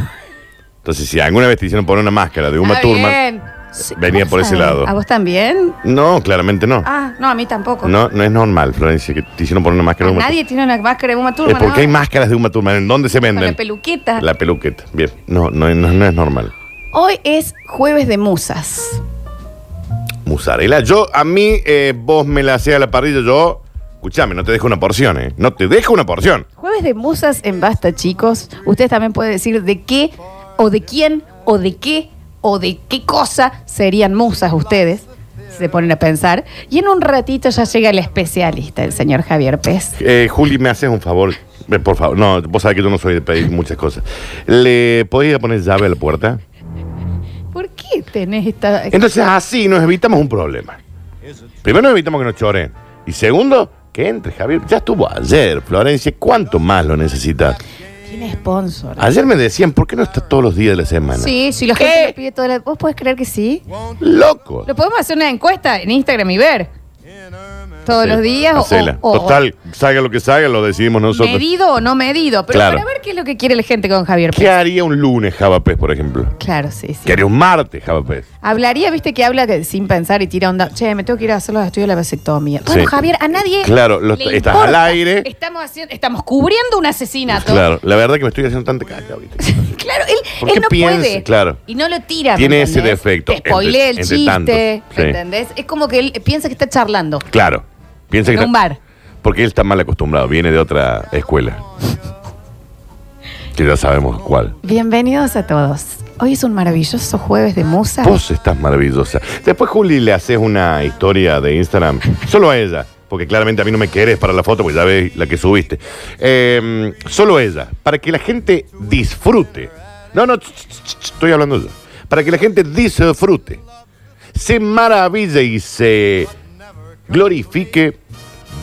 [SPEAKER 5] Entonces, si alguna vez te hicieron poner una máscara de Uma
[SPEAKER 4] Está
[SPEAKER 5] Thurman.
[SPEAKER 4] bien. Sí,
[SPEAKER 5] venía
[SPEAKER 4] ¿cómo
[SPEAKER 5] por ese
[SPEAKER 4] saben?
[SPEAKER 5] lado.
[SPEAKER 4] ¿A vos también?
[SPEAKER 5] No, claramente no.
[SPEAKER 4] Ah, no, a mí tampoco.
[SPEAKER 5] No, no es normal, Florencia, que te hicieron poner una máscara de Uma
[SPEAKER 4] Nadie tiene una máscara de Uma
[SPEAKER 5] Thurman.
[SPEAKER 4] Turman.
[SPEAKER 5] Eh, ¿Por qué hay máscaras de Uma Thurman? ¿En dónde se
[SPEAKER 4] Con la
[SPEAKER 5] venden?
[SPEAKER 4] peluqueta.
[SPEAKER 5] La peluqueta. Bien. No, no, no, no es normal.
[SPEAKER 4] Hoy es jueves de musas.
[SPEAKER 5] Musarela. Yo, a mí, eh, vos me la hacés a la parrilla, yo. Escuchame, no te dejo una porción, ¿eh? No te dejo una porción.
[SPEAKER 4] Jueves de musas en basta, chicos. Ustedes también pueden decir de qué, o de quién, o de qué, o de qué cosa serían musas ustedes. Si se ponen a pensar. Y en un ratito ya llega el especialista, el señor Javier Pez.
[SPEAKER 5] Eh, Juli, me haces un favor. Eh, Por favor, no, vos sabés que yo no soy de pedir muchas cosas. ¿Le podés ir a poner llave a la puerta?
[SPEAKER 4] ¿Por qué tenés esta.?
[SPEAKER 5] Entonces, así nos evitamos un problema. Primero, nos evitamos que nos choren. Y segundo, que entre, Javier. Ya estuvo ayer, Florencia. ¿Cuánto más lo necesitas?
[SPEAKER 4] Tiene sponsor.
[SPEAKER 5] Ayer me decían, ¿por qué no estás todos los días de la semana?
[SPEAKER 4] Sí, sí, la gente lo pide toda la. ¿Vos podés creer que sí?
[SPEAKER 5] ¡Loco!
[SPEAKER 4] ¿Lo podemos hacer una encuesta en Instagram y ver? Todos
[SPEAKER 5] Sí,
[SPEAKER 4] los días. o-
[SPEAKER 5] hacela.
[SPEAKER 4] o- o-
[SPEAKER 5] Total, salga lo que salga, lo decidimos nosotros.
[SPEAKER 4] Medido o no medido. Pero
[SPEAKER 5] Claro.
[SPEAKER 4] para ver qué es lo que quiere la gente con Javier
[SPEAKER 5] ¿Qué
[SPEAKER 4] Pérez.
[SPEAKER 5] haría un lunes Javapés, por ejemplo?
[SPEAKER 4] Claro, sí, sí.
[SPEAKER 5] ¿Qué haría un martes Javapés?
[SPEAKER 4] Hablaría, viste, que habla que- sin pensar y tira onda. Che, me tengo que ir a hacer los estudios de la vasectomía. Bueno,
[SPEAKER 5] Sí.
[SPEAKER 4] Javier, a nadie.
[SPEAKER 5] Claro, lo-
[SPEAKER 4] le
[SPEAKER 5] estás
[SPEAKER 4] importa.
[SPEAKER 5] al aire.
[SPEAKER 4] Estamos, haciendo, estamos cubriendo un asesinato.
[SPEAKER 5] Claro, la verdad que me estoy haciendo tanta caca ahorita.
[SPEAKER 4] Claro, él,
[SPEAKER 5] ¿Por qué
[SPEAKER 4] él no
[SPEAKER 5] piensa?
[SPEAKER 4] puede.
[SPEAKER 5] Claro.
[SPEAKER 4] Y no lo tira. ¿me
[SPEAKER 5] Tiene ese
[SPEAKER 4] entendés?
[SPEAKER 5] defecto,
[SPEAKER 4] Te spoilea el
[SPEAKER 5] entre- entre
[SPEAKER 4] chiste.
[SPEAKER 5] tantos, sí.
[SPEAKER 4] ¿Entendés? Es como que él piensa que está charlando
[SPEAKER 5] Claro. Piensa
[SPEAKER 4] en
[SPEAKER 5] que
[SPEAKER 4] un
[SPEAKER 5] está-
[SPEAKER 4] bar.
[SPEAKER 5] Porque él está mal acostumbrado, viene de otra escuela. que ya sabemos cuál.
[SPEAKER 4] Bienvenidos a todos. Hoy es un maravilloso jueves de musa.
[SPEAKER 5] Vos estás maravillosa. Después, Juli, le haces una historia de Instagram. Solo a ella. Porque claramente a mí no me querés para la foto, porque ya ves la que subiste. Eh, solo a ella. Para que la gente disfrute. No, no, ch, ch, ch, ch, estoy hablando yo. Para que la gente disfrute. Se maraville y se glorifique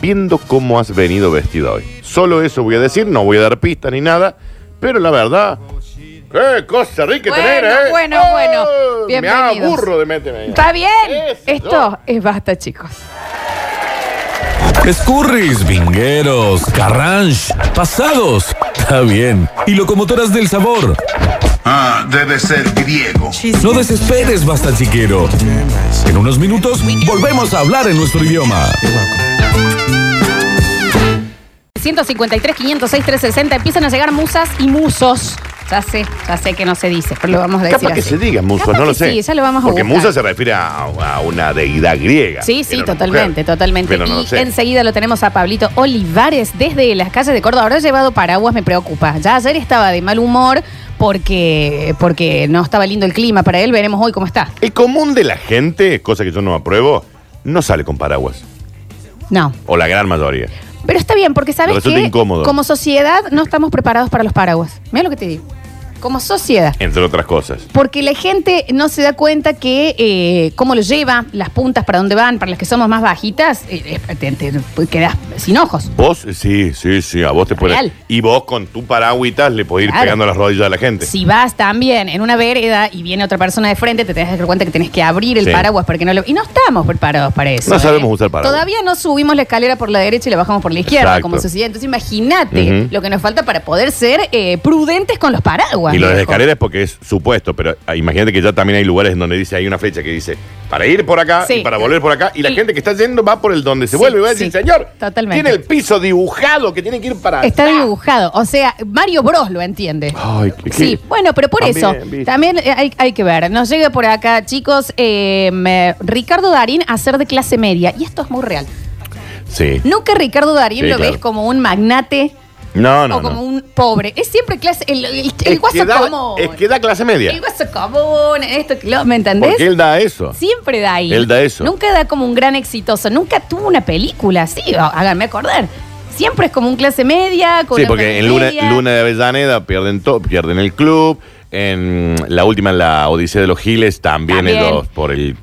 [SPEAKER 5] viendo cómo has venido vestido hoy. Solo eso voy a decir, no voy a dar pistas ni nada. Pero la verdad, ¡Qué cosa rica
[SPEAKER 4] Bueno,
[SPEAKER 5] tener, eh! Oh,
[SPEAKER 4] bueno, bueno.
[SPEAKER 5] Me
[SPEAKER 4] Bienvenidos.
[SPEAKER 5] aburro de meterme. ahí.
[SPEAKER 4] Está bien.
[SPEAKER 5] Eso,
[SPEAKER 4] Esto es basta, chicos.
[SPEAKER 6] Escurris, vingueros, carranche, pasados, está bien. Y locomotoras del sabor.
[SPEAKER 1] Ah, debe ser griego.
[SPEAKER 6] No desesperes, basta chiquero. En unos minutos volvemos a hablar en nuestro idioma.
[SPEAKER 4] 153, 506, 360 empiezan a llegar musas y musos. Ya sé, ya sé que no se dice, pero lo vamos a decir
[SPEAKER 5] Capaz que
[SPEAKER 4] así.
[SPEAKER 5] se diga musa,
[SPEAKER 4] Capaz
[SPEAKER 5] no lo
[SPEAKER 4] que
[SPEAKER 5] sé.
[SPEAKER 4] Sí, ya lo vamos a
[SPEAKER 5] Porque
[SPEAKER 4] buscar.
[SPEAKER 5] musa se refiere a, a una deidad griega.
[SPEAKER 4] Sí, sí,
[SPEAKER 5] Era una
[SPEAKER 4] totalmente,
[SPEAKER 5] mujer.
[SPEAKER 4] totalmente.
[SPEAKER 5] Pero no lo
[SPEAKER 4] y
[SPEAKER 5] sé.
[SPEAKER 4] enseguida lo tenemos a Pablito Olivares desde las calles de Córdoba. Habrá llevado paraguas, me preocupa. Ya ayer estaba de mal humor porque, porque no estaba lindo el clima para él. Veremos hoy cómo está.
[SPEAKER 5] El común de la gente, cosa que yo no apruebo, no sale con paraguas.
[SPEAKER 4] No.
[SPEAKER 5] O la gran mayoría.
[SPEAKER 4] Pero está bien, porque
[SPEAKER 5] Me
[SPEAKER 4] sabes
[SPEAKER 5] resulta
[SPEAKER 4] que
[SPEAKER 5] incómodo.
[SPEAKER 4] como sociedad no estamos preparados para los paraguas. Mira lo que te digo. Como sociedad.
[SPEAKER 5] Entre otras cosas.
[SPEAKER 4] Porque la gente no se da cuenta que eh, cómo lo lleva, las puntas para dónde van, para las que somos más bajitas, eh, eh, te, te quedas sin ojos.
[SPEAKER 5] Vos, sí, sí, sí, a vos te pones.
[SPEAKER 4] Real.
[SPEAKER 5] Y vos con tu paraguitas le podés ir
[SPEAKER 4] Claro.
[SPEAKER 5] pegando las rodillas a la gente.
[SPEAKER 4] Si vas también en una vereda y viene otra persona de frente, te tenés que dar cuenta que tenés que abrir el
[SPEAKER 5] Sí.
[SPEAKER 4] paraguas para que no lo... Y no estamos preparados para eso. ¿eh?
[SPEAKER 5] No sabemos usar paraguas.
[SPEAKER 4] Todavía no subimos la escalera por la derecha y la bajamos por la izquierda
[SPEAKER 5] Exacto.
[SPEAKER 4] como sociedad. Entonces imagínate
[SPEAKER 5] Ujú.
[SPEAKER 4] lo que nos falta para poder ser eh, prudentes con los paraguas.
[SPEAKER 5] Y lo de
[SPEAKER 4] viejo.
[SPEAKER 5] escaleras porque es supuesto, pero ah, imagínate que ya también hay lugares en donde dice, hay una flecha que dice, para ir por acá
[SPEAKER 4] Sí.
[SPEAKER 5] y para volver por acá, y la
[SPEAKER 4] Y-
[SPEAKER 5] gente que está yendo va por el donde
[SPEAKER 4] Sí,
[SPEAKER 5] se vuelve y va a decir,
[SPEAKER 4] sí,
[SPEAKER 5] señor,
[SPEAKER 4] totalmente.
[SPEAKER 5] tiene el piso dibujado que tiene que ir para
[SPEAKER 4] Está
[SPEAKER 5] allá".
[SPEAKER 4] dibujado. O sea, Mario Bros lo entiende.
[SPEAKER 5] Ay, qué-
[SPEAKER 4] Sí,
[SPEAKER 5] qué-
[SPEAKER 4] bueno, pero por
[SPEAKER 5] También,
[SPEAKER 4] eso,
[SPEAKER 5] ¿viste?
[SPEAKER 4] también eh, hay, hay que ver. Nos llega por acá, chicos, eh, me- Ricardo Darín a ser de clase media. Y esto es muy real.
[SPEAKER 5] Sí.
[SPEAKER 4] Nunca Ricardo Darín
[SPEAKER 5] Sí,
[SPEAKER 4] lo
[SPEAKER 5] claro.
[SPEAKER 4] ves como un magnate
[SPEAKER 5] No, no,
[SPEAKER 4] o como
[SPEAKER 5] no.
[SPEAKER 4] un pobre. Es siempre clase. El, el, el
[SPEAKER 5] Es
[SPEAKER 4] guaso
[SPEAKER 5] que da-
[SPEAKER 4] común.
[SPEAKER 5] Es que da clase
[SPEAKER 4] El
[SPEAKER 5] media.
[SPEAKER 4] guaso común, esto, que lo- ¿me entendés?
[SPEAKER 5] Porque él da eso.
[SPEAKER 4] Siempre da ahí.
[SPEAKER 5] Él da eso.
[SPEAKER 4] Nunca da como un gran exitoso. Nunca tuvo una película así, há- háganme acordar. Siempre es como un clase media. Con
[SPEAKER 5] Sí,
[SPEAKER 4] una
[SPEAKER 5] porque en
[SPEAKER 4] clase
[SPEAKER 5] Luna,
[SPEAKER 4] media.
[SPEAKER 5] Luna de Avellaneda pierden, to- pierden el club. En la última, en la Odisea de los Giles, también,
[SPEAKER 4] También.
[SPEAKER 5] ellos por el
[SPEAKER 4] En el,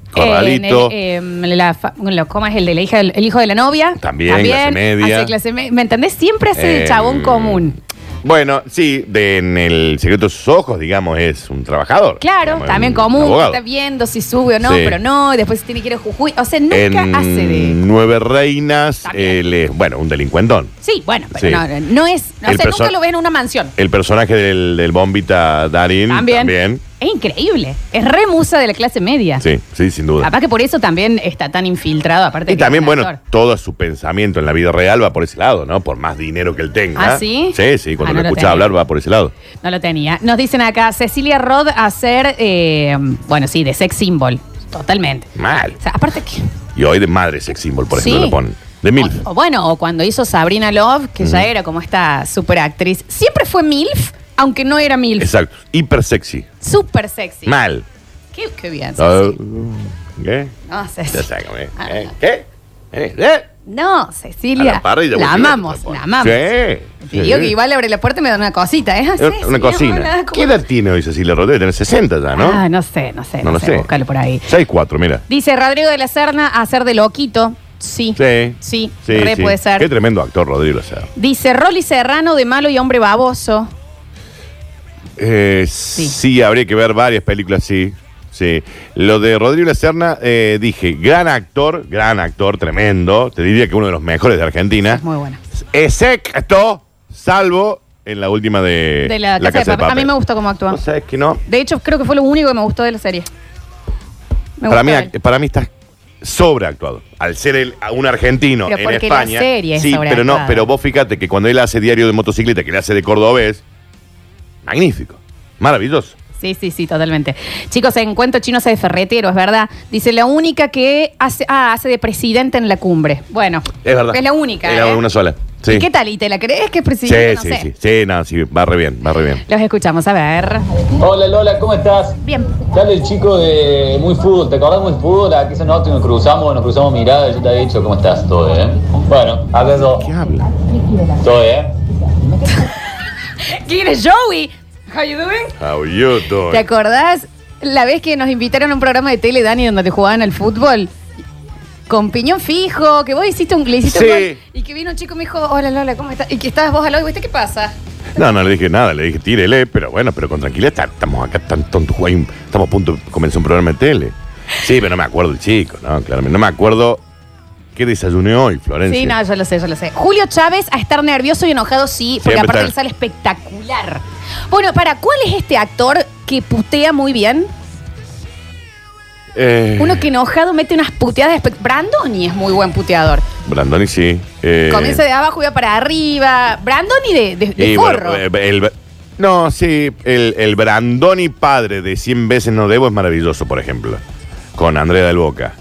[SPEAKER 5] corralito.
[SPEAKER 4] em, la fa- lo- ¿Cómo es el de la hija del- el hijo de la novia?
[SPEAKER 5] También, clase media.
[SPEAKER 4] hace clase me- ¿Me entendés? Siempre hace de
[SPEAKER 5] Eh,
[SPEAKER 4] chabón común.
[SPEAKER 5] Bueno, sí, de- en el secreto de sus ojos, digamos, es un trabajador.
[SPEAKER 4] Claro,
[SPEAKER 5] Digamos,
[SPEAKER 4] también
[SPEAKER 5] un
[SPEAKER 4] común, que
[SPEAKER 5] abogado.
[SPEAKER 4] está viendo si sube o no,
[SPEAKER 5] Sí.
[SPEAKER 4] pero no, y después tiene que ir a Jujuy. O sea, nunca
[SPEAKER 5] En
[SPEAKER 4] hace de.
[SPEAKER 5] Nueve Reinas,
[SPEAKER 4] También.
[SPEAKER 5] él es, bueno, un delincuentón.
[SPEAKER 4] Sí, bueno, pero
[SPEAKER 5] Sí.
[SPEAKER 4] no, no es. O
[SPEAKER 5] El
[SPEAKER 4] sea,
[SPEAKER 5] perso-
[SPEAKER 4] nunca lo ves en una mansión.
[SPEAKER 5] El personaje del, del bombita Darín
[SPEAKER 4] También.
[SPEAKER 5] Mm, también.
[SPEAKER 4] Es increíble. Es re musa de la clase media.
[SPEAKER 5] Sí, sí, sin duda.
[SPEAKER 4] Capaz que por eso también está tan infiltrado, aparte
[SPEAKER 5] Y
[SPEAKER 4] que es
[SPEAKER 5] también,
[SPEAKER 4] un
[SPEAKER 5] bueno,
[SPEAKER 4] actor.
[SPEAKER 5] todo su pensamiento en la vida real va por ese lado, ¿no? Por más dinero que él tenga.
[SPEAKER 4] ¿Ah, sí?
[SPEAKER 5] Sí, sí, cuando
[SPEAKER 4] Ah, no
[SPEAKER 5] lo
[SPEAKER 4] lo
[SPEAKER 5] escuchas
[SPEAKER 4] tenía.
[SPEAKER 5] hablar va por ese lado.
[SPEAKER 4] No lo tenía. Nos dicen acá, Cecilia Rod a ser, eh, bueno, sí, de sex symbol. Totalmente.
[SPEAKER 5] Mal.
[SPEAKER 4] O sea, aparte que.
[SPEAKER 5] Y hoy de madre sex symbol, por ejemplo,
[SPEAKER 4] Sí.
[SPEAKER 5] le ponen. De mil.
[SPEAKER 4] O, o bueno, o cuando hizo Sabrina Love, que ya era como esta superactriz. Siempre fue MILF, aunque no era MILF.
[SPEAKER 5] Exacto. Hiper sexy.
[SPEAKER 4] Super sexy.
[SPEAKER 5] Mal.
[SPEAKER 4] Qué, qué bien.
[SPEAKER 5] Ah,
[SPEAKER 4] Ceci.
[SPEAKER 5] ¿Qué?
[SPEAKER 4] No, Ceci.
[SPEAKER 5] Ya sácame. ¿eh?
[SPEAKER 4] Ah, no.
[SPEAKER 5] ¿Qué? ¿Eh? ¿Eh?
[SPEAKER 4] No, Cecilia.
[SPEAKER 5] A la parrilla,
[SPEAKER 4] la
[SPEAKER 5] vos,
[SPEAKER 4] amamos,
[SPEAKER 5] sí,
[SPEAKER 4] la amamos.
[SPEAKER 5] Sí.
[SPEAKER 4] Te digo
[SPEAKER 5] sí.
[SPEAKER 4] que igual abre la puerta y me da una cosita, ¿eh?
[SPEAKER 5] Es Una,
[SPEAKER 4] Ceci,
[SPEAKER 5] cocina.
[SPEAKER 4] hola,
[SPEAKER 5] ¿Qué
[SPEAKER 4] ¿cómo-
[SPEAKER 5] edad tiene hoy Cecilia Rodríguez? Tiene 60 ya, ¿no?
[SPEAKER 4] Ah, no sé, no sé,
[SPEAKER 5] No
[SPEAKER 4] no,
[SPEAKER 5] lo
[SPEAKER 4] sé.
[SPEAKER 5] sé.
[SPEAKER 4] Búscalo por ahí.
[SPEAKER 5] 6-4, mira.
[SPEAKER 4] Dice Rodrigo de la Serna a ser de loquito. Sí.
[SPEAKER 5] Sí.
[SPEAKER 4] Sí, re puede ser.
[SPEAKER 5] Qué tremendo actor, Rodrigo. O sea.
[SPEAKER 4] Dice Rolly Serrano de malo y hombre baboso.
[SPEAKER 5] Eh, sí. habría que ver varias películas, sí. Sí. Lo de Rodrigo La Serna, eh, dije, gran actor, gran actor, tremendo. Te diría que uno de los mejores de Argentina.
[SPEAKER 4] Es muy buena.
[SPEAKER 5] Excepto, salvo en la última eh, de,
[SPEAKER 4] De la, casa, de, papel. A mí me gustó cómo actúa.
[SPEAKER 5] No sabes que no.
[SPEAKER 4] De hecho, creo que fue lo único que me gustó de la serie. Me
[SPEAKER 5] Para
[SPEAKER 4] gustó
[SPEAKER 5] mí,
[SPEAKER 4] él.
[SPEAKER 5] para mí está sobreactuado. Al ser el- un argentino
[SPEAKER 4] Pero
[SPEAKER 5] en
[SPEAKER 4] porque la
[SPEAKER 5] España.
[SPEAKER 4] serie es
[SPEAKER 5] sí, pero no,
[SPEAKER 4] sobreactuada.
[SPEAKER 5] pero vos fíjate que cuando él hace diario de motocicleta, que le hace de cordobés, magnífico, maravilloso.
[SPEAKER 4] Sí, sí, sí, totalmente. Chicos, en cuento chino hace de ferretero, es verdad. Dice la única que hace, ah, hace de presidente en la cumbre. Bueno,
[SPEAKER 5] Es verdad.
[SPEAKER 4] Es la única.
[SPEAKER 5] Es la-
[SPEAKER 4] ¿eh?
[SPEAKER 5] una sola. Sí.
[SPEAKER 4] ¿Y qué tal? ¿Y te la crees que es
[SPEAKER 5] Sí,
[SPEAKER 4] presidente?
[SPEAKER 5] sí,
[SPEAKER 4] no sé.
[SPEAKER 5] sí, sí. Sí, no, sí, va re bien, va re bien.
[SPEAKER 4] Los escuchamos, a ver.
[SPEAKER 7] Hola Lola, ¿cómo estás?
[SPEAKER 4] Bien.
[SPEAKER 7] Dale el chico de Muy Fútbol, ¿te acordás de Muy Fútbol? Ah, Aquí se nota y nos cruzamos, nos cruzamos miradas, yo te he dicho, ¿cómo estás? Todo bien. Bueno, acá yo,
[SPEAKER 5] ¿Qué habla?
[SPEAKER 7] todo bien.
[SPEAKER 4] ¿Quién es Joey? How you doing?
[SPEAKER 5] How you doing?
[SPEAKER 4] ¿Te acordás la vez que nos invitaron a un programa de tele, Dani, donde te jugaban al fútbol? Con piñón fijo, que vos hiciste un, le hiciste un
[SPEAKER 5] Sí.
[SPEAKER 4] gol, y que vino un chico y me dijo, hola Lola, ¿cómo estás? Y que estabas vos al lado, y ¿viste qué pasa?
[SPEAKER 5] No, no le dije nada, le dije tírele, pero bueno, pero con tranquilidad está- estamos acá tan tontos, hay un- estamos a punto de comenzar un programa de tele. Sí, pero no me acuerdo el chico, no, claramente. No me acuerdo qué desayuné hoy, Florencia.
[SPEAKER 4] Sí, no, yo lo sé, yo lo sé. Julio Chávez a estar nervioso y enojado, sí, porque
[SPEAKER 5] Siempre
[SPEAKER 4] aparte
[SPEAKER 5] está.
[SPEAKER 4] él sale espectacular. Bueno, para, ¿cuál es este actor que putea muy bien?
[SPEAKER 5] Eh,
[SPEAKER 4] Uno que enojado mete unas puteadas. espe- Brandoni es muy buen puteador.
[SPEAKER 5] Brandoni sí. eh,
[SPEAKER 4] Comienza de abajo y va para arriba. Brandoni de, de, de
[SPEAKER 5] y
[SPEAKER 4] forro.
[SPEAKER 5] bueno, eh, el- No, sí, el, el Brandoni padre de 100 veces no debo es maravilloso, por ejemplo. Con Andrea del Boca.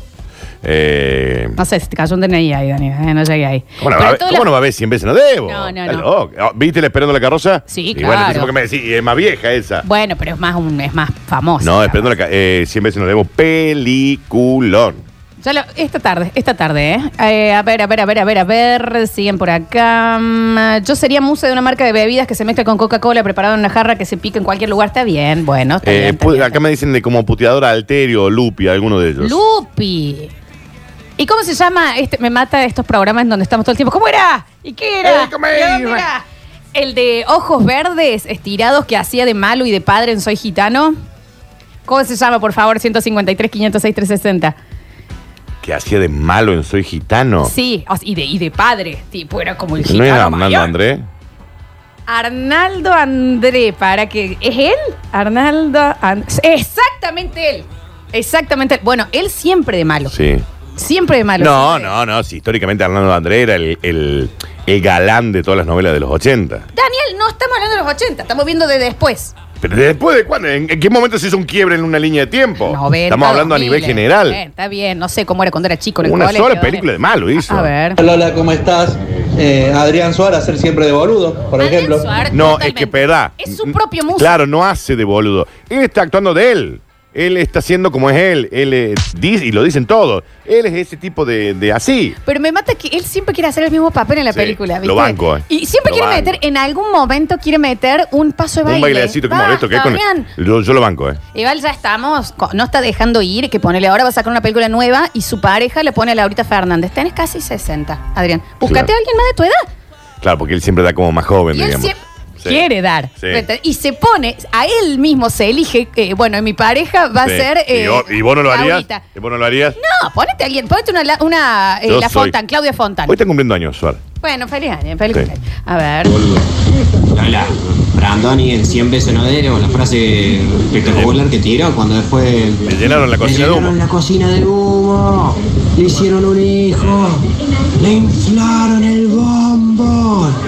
[SPEAKER 5] Eh,
[SPEAKER 4] No sé, si te cayó un DNI ahí, Dani. eh, no llegué ahí.
[SPEAKER 5] ¿Cómo, no
[SPEAKER 4] Pero
[SPEAKER 5] va, a ver-
[SPEAKER 4] todas
[SPEAKER 5] cómo
[SPEAKER 4] las-
[SPEAKER 5] no va a ver 100 veces no debo?
[SPEAKER 4] No, no,
[SPEAKER 5] Está
[SPEAKER 4] no.
[SPEAKER 5] loco. Oh, ¿Viste el Esperando la Carroza?
[SPEAKER 4] Sí,
[SPEAKER 5] Y bueno,
[SPEAKER 4] claro.
[SPEAKER 5] entonces, ¿por qué me decís? Y es más vieja esa.
[SPEAKER 4] Bueno, pero es más, un, es más famoso.
[SPEAKER 5] no, Esperando la Carroza. Eh, 100 veces no debo. Peliculón.
[SPEAKER 4] Ya lo- esta tarde, esta tarde, ¿eh? Eh, A ver, a ver, a ver, a ver, a ver. Siguen por acá. Mm, Yo sería musa de una marca de bebidas que se mezcla con Coca-Cola preparada en una jarra que se pica en cualquier lugar. Está bien, bueno. Está
[SPEAKER 5] Eh,
[SPEAKER 4] bien, está
[SPEAKER 5] pu-
[SPEAKER 4] bien,
[SPEAKER 5] acá me dicen de como puteadora Alterio o Lupi, alguno de ellos.
[SPEAKER 4] Lupi. ¿Y cómo se llama? Este, me mata estos programas en donde estamos todo el tiempo. ¿Cómo era? ¿Y qué era?
[SPEAKER 5] Eh, ¿cómo
[SPEAKER 4] ¿Y
[SPEAKER 5] era?
[SPEAKER 4] dónde era? El de ojos verdes estirados que hacía de malo y de padre en Soy Gitano. ¿Cómo se llama, por favor? 153, 506, 360.
[SPEAKER 5] Que hacía de malo en Soy Gitano.
[SPEAKER 4] Sí, o sea, y de, y de padre. Tipo, era como el
[SPEAKER 5] Oh. ¿No
[SPEAKER 4] gitano.
[SPEAKER 5] es Armando
[SPEAKER 4] mayor.
[SPEAKER 5] André?
[SPEAKER 4] Arnaldo André, para que. ¿Es él? Arnaldo André. Exactamente él. Exactamente él. Bueno, él siempre de malo.
[SPEAKER 5] Sí.
[SPEAKER 4] Siempre de malo.
[SPEAKER 5] No,
[SPEAKER 4] siempre de-
[SPEAKER 5] no, no. Sí, históricamente Armando André era el, el- el galán de todas las novelas de los 80.
[SPEAKER 4] Daniel, no estamos hablando de los 80, estamos viendo de después.
[SPEAKER 5] Pero después de cuándo? ¿En, en qué momento se hizo un quiebre en una línea de tiempo?
[SPEAKER 4] 90,
[SPEAKER 5] Oh, Estamos hablando a
[SPEAKER 4] 2000.
[SPEAKER 5] nivel general.
[SPEAKER 4] Bien, Eh, está bien, no sé cómo era cuando era chico. En el
[SPEAKER 5] Una
[SPEAKER 4] colegio,
[SPEAKER 5] sola
[SPEAKER 4] Daniel.
[SPEAKER 5] película de malo hizo.
[SPEAKER 4] A ver.
[SPEAKER 8] Lola, ¿cómo estás? Eh, Adrián Suárez, ser siempre de boludo, por
[SPEAKER 4] Daniel
[SPEAKER 8] ejemplo.
[SPEAKER 4] Suárez,
[SPEAKER 5] No,
[SPEAKER 4] totalmente.
[SPEAKER 5] es que peda.
[SPEAKER 4] Es su propio músico.
[SPEAKER 5] Claro, no hace de boludo. Él está actuando de él. Él está haciendo como es él. Él eh, dice, y lo dicen todos. Él es ese tipo de, de así.
[SPEAKER 4] Pero me mata que él siempre quiere hacer el mismo papel en la
[SPEAKER 5] Sí,
[SPEAKER 4] película.
[SPEAKER 5] lo
[SPEAKER 4] ¿viste?
[SPEAKER 5] banco, eh.
[SPEAKER 4] Y siempre
[SPEAKER 5] Lo
[SPEAKER 4] quiere
[SPEAKER 5] banco.
[SPEAKER 4] meter, en algún momento quiere meter un paso de baile.
[SPEAKER 5] Un bailecito que
[SPEAKER 4] Basta,
[SPEAKER 5] molesto que es con
[SPEAKER 4] Damián.
[SPEAKER 5] yo, yo lo banco, ¿eh?
[SPEAKER 4] Igual ya estamos, co- no está dejando ir, que ponele ahora va a sacar una película nueva y su pareja le pone a Laurita Fernández. Tenés casi 60, Adrián. Búscate
[SPEAKER 5] Claro.
[SPEAKER 4] a alguien más de tu edad.
[SPEAKER 5] Claro, porque él siempre da como más joven,
[SPEAKER 4] Y él
[SPEAKER 5] digamos.
[SPEAKER 4] siempre
[SPEAKER 5] Sí.
[SPEAKER 4] quiere dar.
[SPEAKER 5] Sí.
[SPEAKER 4] Y se pone, a él mismo se elige, eh, bueno, mi pareja va
[SPEAKER 5] Sí.
[SPEAKER 4] a ser...
[SPEAKER 5] ¿Y,
[SPEAKER 4] eh,
[SPEAKER 5] vos, y vos no lo harías?
[SPEAKER 4] Laurita.
[SPEAKER 5] ¿Y vos no lo harías?
[SPEAKER 4] No, ponete a alguien, ponete una, la- una, eh,
[SPEAKER 5] Yo
[SPEAKER 4] la
[SPEAKER 5] soy-
[SPEAKER 4] Fontan, Claudia Fontan.
[SPEAKER 5] Hoy está cumpliendo años, Suar.
[SPEAKER 4] Bueno, feliz año, feliz
[SPEAKER 5] Sí.
[SPEAKER 4] cumpleaños. A ver.
[SPEAKER 9] Lola, Brandoni en 100 veces no debo, la frase espectacular que tiró cuando después...
[SPEAKER 5] Me llenaron la cocina de humo.
[SPEAKER 9] la cocina de humo, le hicieron un hijo, le inflaron el bombón.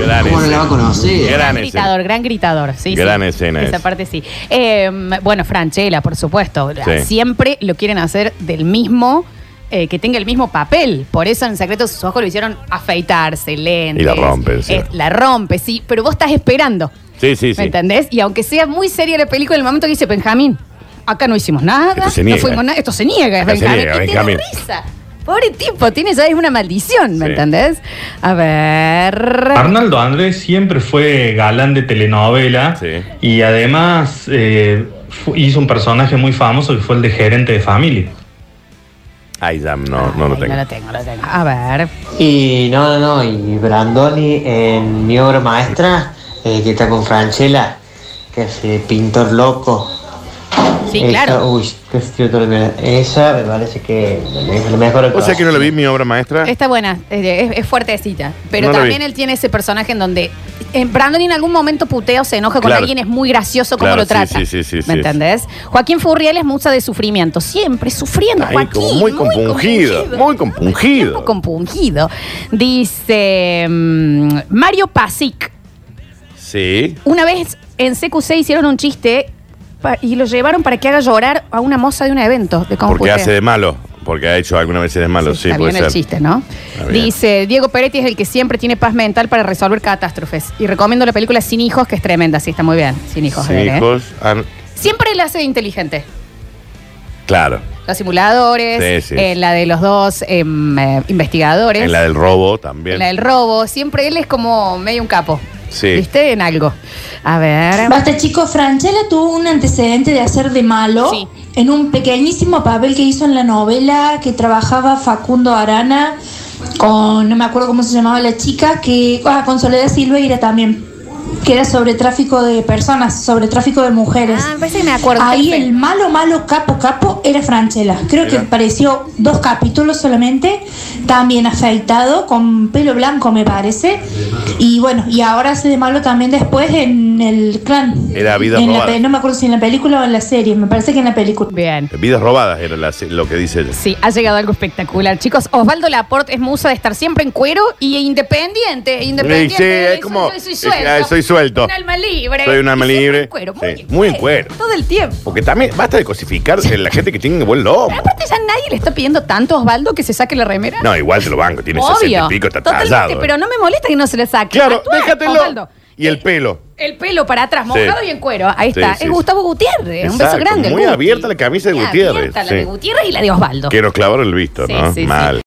[SPEAKER 5] Gran
[SPEAKER 9] ¿Cómo no
[SPEAKER 5] ese.
[SPEAKER 9] la va a conocer?
[SPEAKER 5] Gran escena.
[SPEAKER 4] Gritador, gran gritador, sí.
[SPEAKER 5] Gran
[SPEAKER 4] sí.
[SPEAKER 5] escena
[SPEAKER 4] Esa
[SPEAKER 5] esa.
[SPEAKER 4] parte sí. Eh, bueno, Franchella, por supuesto.
[SPEAKER 5] Sí.
[SPEAKER 4] Siempre lo quieren hacer del mismo, eh, que tenga el mismo papel. Por eso en Secreto sus ojos lo hicieron afeitarse, lentes.
[SPEAKER 5] Y la rompen, sí.
[SPEAKER 4] Eh, la rompe, sí. Pero vos estás esperando.
[SPEAKER 5] Sí, sí,
[SPEAKER 4] ¿Me
[SPEAKER 5] sí.
[SPEAKER 4] entendés? Y aunque sea muy seria la película, el momento que dice Benjamín, acá no hicimos nada,
[SPEAKER 5] Esto se
[SPEAKER 4] no
[SPEAKER 5] niega.
[SPEAKER 4] fuimos nada, esto se niega, es
[SPEAKER 5] Acá se
[SPEAKER 4] Benjamín.
[SPEAKER 5] niega,
[SPEAKER 4] y te da
[SPEAKER 5] Benjamín.
[SPEAKER 4] risa. Pobre tipo, tiene ya es una maldición, ¿me
[SPEAKER 5] Sí.
[SPEAKER 4] entendés? A ver.
[SPEAKER 10] Arnaldo Andrés siempre fue galán de telenovela
[SPEAKER 5] Sí.
[SPEAKER 10] y además eh, fu- hizo un personaje muy famoso que fue el de gerente de familia.
[SPEAKER 5] Ay, ya, no, no lo
[SPEAKER 4] Ay,
[SPEAKER 5] tengo.
[SPEAKER 4] No lo tengo, no lo tengo. A ver.
[SPEAKER 9] Y no, no, no, y Brandoni en mi obra maestra, eh, que está con Franchella, que es eh, pintor loco.
[SPEAKER 4] Sí,
[SPEAKER 9] Esa-
[SPEAKER 4] claro.
[SPEAKER 9] Uy, qué frío todo el verano. Esa me parece que es la mejor
[SPEAKER 5] O sea que no
[SPEAKER 9] actuación.
[SPEAKER 5] lo vi mi obra maestra.
[SPEAKER 4] Está buena, es, es- es fuertecita. Pero
[SPEAKER 5] No la
[SPEAKER 4] también
[SPEAKER 5] vi.
[SPEAKER 4] él tiene ese personaje en donde. En Brandon en algún momento putea o se enoja con
[SPEAKER 5] Claro.
[SPEAKER 4] alguien, es muy gracioso como
[SPEAKER 5] Claro,
[SPEAKER 4] lo
[SPEAKER 5] sí,
[SPEAKER 4] trata.
[SPEAKER 5] sí, sí, sí,
[SPEAKER 4] ¿Me
[SPEAKER 5] sí.
[SPEAKER 4] entendés? Joaquín Furriel es musa de sufrimiento, siempre sufriendo.
[SPEAKER 5] Ay,
[SPEAKER 4] Joaquín,
[SPEAKER 5] como muy compungido, muy compungido.
[SPEAKER 4] Muy compungido. Dice mm, Mario Pasic.
[SPEAKER 5] Sí.
[SPEAKER 4] Una vez en CQC hicieron un chiste pa- y lo llevaron para que haga llorar a una moza de un evento de
[SPEAKER 5] Porque
[SPEAKER 4] computea.
[SPEAKER 5] hace de malo. Porque ha hecho algunas veces de malo, sí,
[SPEAKER 4] Está
[SPEAKER 5] puede
[SPEAKER 4] bien el
[SPEAKER 5] ser.
[SPEAKER 4] chiste, ¿no?
[SPEAKER 5] Está bien.
[SPEAKER 4] Dice, Diego Peretti es el que siempre tiene paz mental para resolver catástrofes. Y recomiendo la película Sin Hijos, que es tremenda. Sí, está muy bien. Sin Hijos.
[SPEAKER 5] Sí,
[SPEAKER 4] de él, ¿eh?
[SPEAKER 5] hijos, han-
[SPEAKER 4] Siempre la hace de inteligente.
[SPEAKER 5] Claro.
[SPEAKER 4] Los simuladores,
[SPEAKER 5] Sí, sí.
[SPEAKER 4] eh, la de los dos em, eh, investigadores,
[SPEAKER 5] En la del robo
[SPEAKER 4] en
[SPEAKER 5] también.
[SPEAKER 4] la del robo. Siempre él es como medio un capo.
[SPEAKER 5] Sí.
[SPEAKER 4] ¿Viste? En algo. A ver.
[SPEAKER 11] Basta chicos, Franchella este tuvo un antecedente de hacer de malo
[SPEAKER 4] Sí.
[SPEAKER 11] en un pequeñísimo papel que hizo en la novela que trabajaba Facundo Arana con, no me acuerdo cómo se llamaba la chica, que ah, con Soledad Silveira también, que era sobre tráfico de personas, sobre tráfico de mujeres.
[SPEAKER 4] Ah, me parece que me acuerdo.
[SPEAKER 11] Ahí
[SPEAKER 4] Perfecto.
[SPEAKER 11] el malo, malo, capo, capo era Franchella. Creo que apareció dos capítulos solamente, también afeitado, con pelo blanco me parece. Y bueno, y ahora hace de malo también después en el clan.
[SPEAKER 5] Era vida
[SPEAKER 11] En la
[SPEAKER 5] robada.
[SPEAKER 11] pe- no me acuerdo si en la película o en la serie, me parece que en la película.
[SPEAKER 4] Bien.
[SPEAKER 5] Vidas robadas era la- lo que dice ella.
[SPEAKER 4] Sí, ha llegado algo espectacular. Chicos, Osvaldo Laporte es musa de estar siempre en cuero y independiente. Independiente.
[SPEAKER 5] Sí, es como.
[SPEAKER 4] soy, soy
[SPEAKER 5] eh, ah,
[SPEAKER 4] suelto.
[SPEAKER 5] soy Estoy suelto.
[SPEAKER 4] Un alma libre.
[SPEAKER 5] Soy un alma
[SPEAKER 4] Y siempre
[SPEAKER 5] libre.
[SPEAKER 4] en cuero,
[SPEAKER 5] Sí,
[SPEAKER 4] muy, en
[SPEAKER 5] muy en
[SPEAKER 4] cuero.
[SPEAKER 5] cuero.
[SPEAKER 4] Todo el tiempo.
[SPEAKER 5] Porque también basta de cosificar a la gente que tiene buen lomo.
[SPEAKER 4] Pero aparte ya nadie le está pidiendo tanto a Osvaldo que se saque la remera.
[SPEAKER 5] No, igual te lo banco, tiene 60
[SPEAKER 4] Obvio.
[SPEAKER 5] y pico, está
[SPEAKER 4] Totalmente,
[SPEAKER 5] tallado.
[SPEAKER 4] pero no me molesta que no se le saque.
[SPEAKER 5] Claro,
[SPEAKER 4] Actúa,
[SPEAKER 5] déjatelo.
[SPEAKER 4] Osvaldo. Eh,
[SPEAKER 5] Y el pelo.
[SPEAKER 4] El pelo para atrás, mojado
[SPEAKER 5] Sí.
[SPEAKER 4] y en cuero. Ahí
[SPEAKER 5] Sí,
[SPEAKER 4] está.
[SPEAKER 5] sí,
[SPEAKER 4] es
[SPEAKER 5] sí.
[SPEAKER 4] Gustavo Gutiérrez. Un beso
[SPEAKER 5] Exacto,
[SPEAKER 4] grande.
[SPEAKER 5] Muy
[SPEAKER 4] Guti.
[SPEAKER 5] abierta la camisa de
[SPEAKER 4] Muy
[SPEAKER 5] Gutiérrez.
[SPEAKER 4] abierta la
[SPEAKER 5] sí.
[SPEAKER 4] de Gutiérrez y la de Osvaldo.
[SPEAKER 5] Quiero clavar el visto,
[SPEAKER 4] Sí,
[SPEAKER 5] ¿no?
[SPEAKER 4] sí, sí.
[SPEAKER 5] Mal.